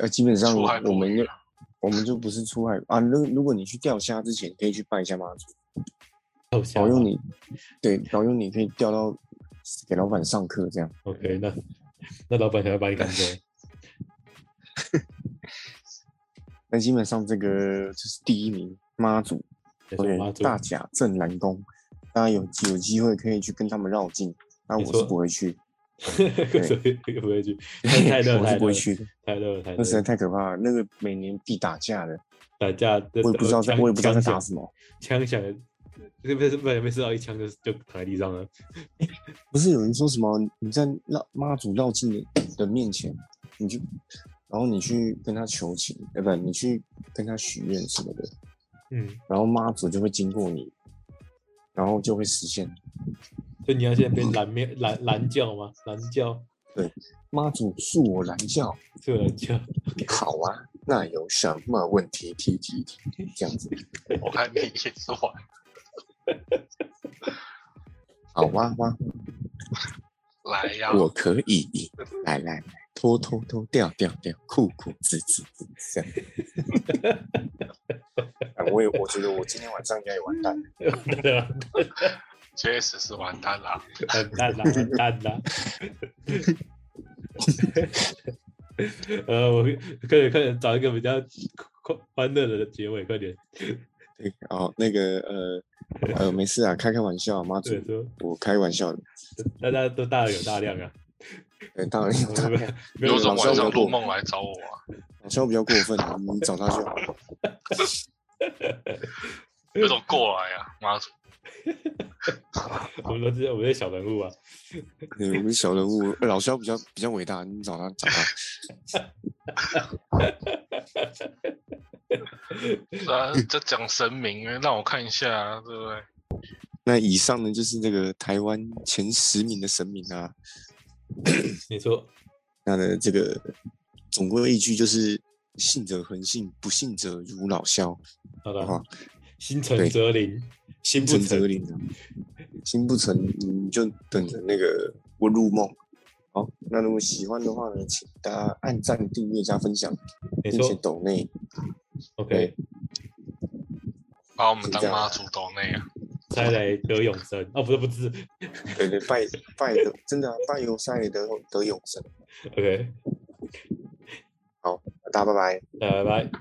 Speaker 3: 呃，基本上
Speaker 4: 出海啊
Speaker 3: 我
Speaker 4: 捕
Speaker 3: 们
Speaker 4: 鱼
Speaker 3: 要我们就不是出海啊。如如果你去钓虾之前，可以去拜一下妈祖，
Speaker 2: 好笑
Speaker 3: 保佑
Speaker 2: 啊
Speaker 3: 哦你，对，保佑你可以钓到给老板上课这样。
Speaker 2: OK，那那老板想要把你赶 走，
Speaker 3: 那基本上这个就是第一名妈祖，
Speaker 2: 没错，妈
Speaker 3: 对，
Speaker 2: 祖
Speaker 3: 大甲镇南宫，大家有有机会可以去跟他们绕境，那
Speaker 2: 没
Speaker 3: 我
Speaker 2: 错
Speaker 3: 是不会去，
Speaker 2: 不会去，太太热
Speaker 3: 我
Speaker 2: 太
Speaker 3: 是
Speaker 2: 热
Speaker 3: 不会去的。
Speaker 2: 太热了太热
Speaker 3: 那实在
Speaker 2: 了，
Speaker 3: 太可怕了，那个每年必打架的，
Speaker 2: 打架我
Speaker 3: 我也不知道在，我也不知道在打
Speaker 2: 死，
Speaker 3: 什么。
Speaker 2: 枪响了，被被被被射到一枪就就躺在地上了，
Speaker 3: 不是有人说什么你在绕妈祖绕境的的面前，你去，然后你去跟他求情，呃，不，你去跟他许愿什么的，
Speaker 2: 嗯，
Speaker 3: 然后妈祖就会经过你，然后就会实现。
Speaker 2: 所以你要现在被蓝面蓝蓝教吗？蓝教
Speaker 3: 妈祖恕我蓝教，
Speaker 2: 是蓝教，
Speaker 3: 好啊，那有什么问题提提提，这样子，
Speaker 4: 我看你也是玩。
Speaker 3: 好哇哇，
Speaker 4: 来呀、
Speaker 3: 我可以赢，来来来，拖拖拖，掉掉掉，酷酷滋滋滋，这样。 啊我也我觉得我今天晚上应该也完蛋了。
Speaker 4: 确实是完蛋啦。
Speaker 2: 完蛋啦，完蛋啦。呃，我快点快点找一个比较快欢乐的结尾，快点。
Speaker 3: 对，哦，那个呃呃，没事啊，开开玩笑，妈祖
Speaker 2: 对，，说
Speaker 3: 我开玩笑的。
Speaker 2: 大家都大有大量啊，
Speaker 3: 呃，当 然有他，
Speaker 2: 没
Speaker 4: 有
Speaker 2: 有
Speaker 4: 种
Speaker 3: 晚上
Speaker 4: 晚上
Speaker 3: 我
Speaker 4: 入梦来找我啊，
Speaker 3: 老肖比较过分啊，你找他就好了。
Speaker 4: 有种过来啊，妈祖，
Speaker 2: 我们都是我们是小人物啊。
Speaker 3: 对我们小人物，老肖比较比较伟大，你找他找他。
Speaker 4: 对啊，在讲神明，让我看一下、啊，对不对？
Speaker 3: 那以上呢，就是这个台湾前十名的神明啊。
Speaker 2: 你说
Speaker 3: 那呢，这个总归一句就是信者恒信，不信者如老肖。
Speaker 2: 好
Speaker 3: 好 不好
Speaker 2: 的，心诚
Speaker 3: 哦对
Speaker 2: 则灵，
Speaker 3: 心
Speaker 2: 啊不
Speaker 3: 诚则
Speaker 2: 诚
Speaker 3: 灵啊，心不诚你就等着那个我入梦。好，那如果喜欢的话呢，请大家按赞、订阅、加分享，
Speaker 2: 没
Speaker 3: 并且
Speaker 2: 错。
Speaker 3: 抖内。
Speaker 2: OK，
Speaker 4: 把我们当妈祖斗内啊，
Speaker 2: 再来得永生哦，不是不是
Speaker 3: 对对，拜拜的，真的、啊、拜有赛得得永生。
Speaker 2: ，OK，
Speaker 3: 大家拜拜。
Speaker 2: 呃来拜拜。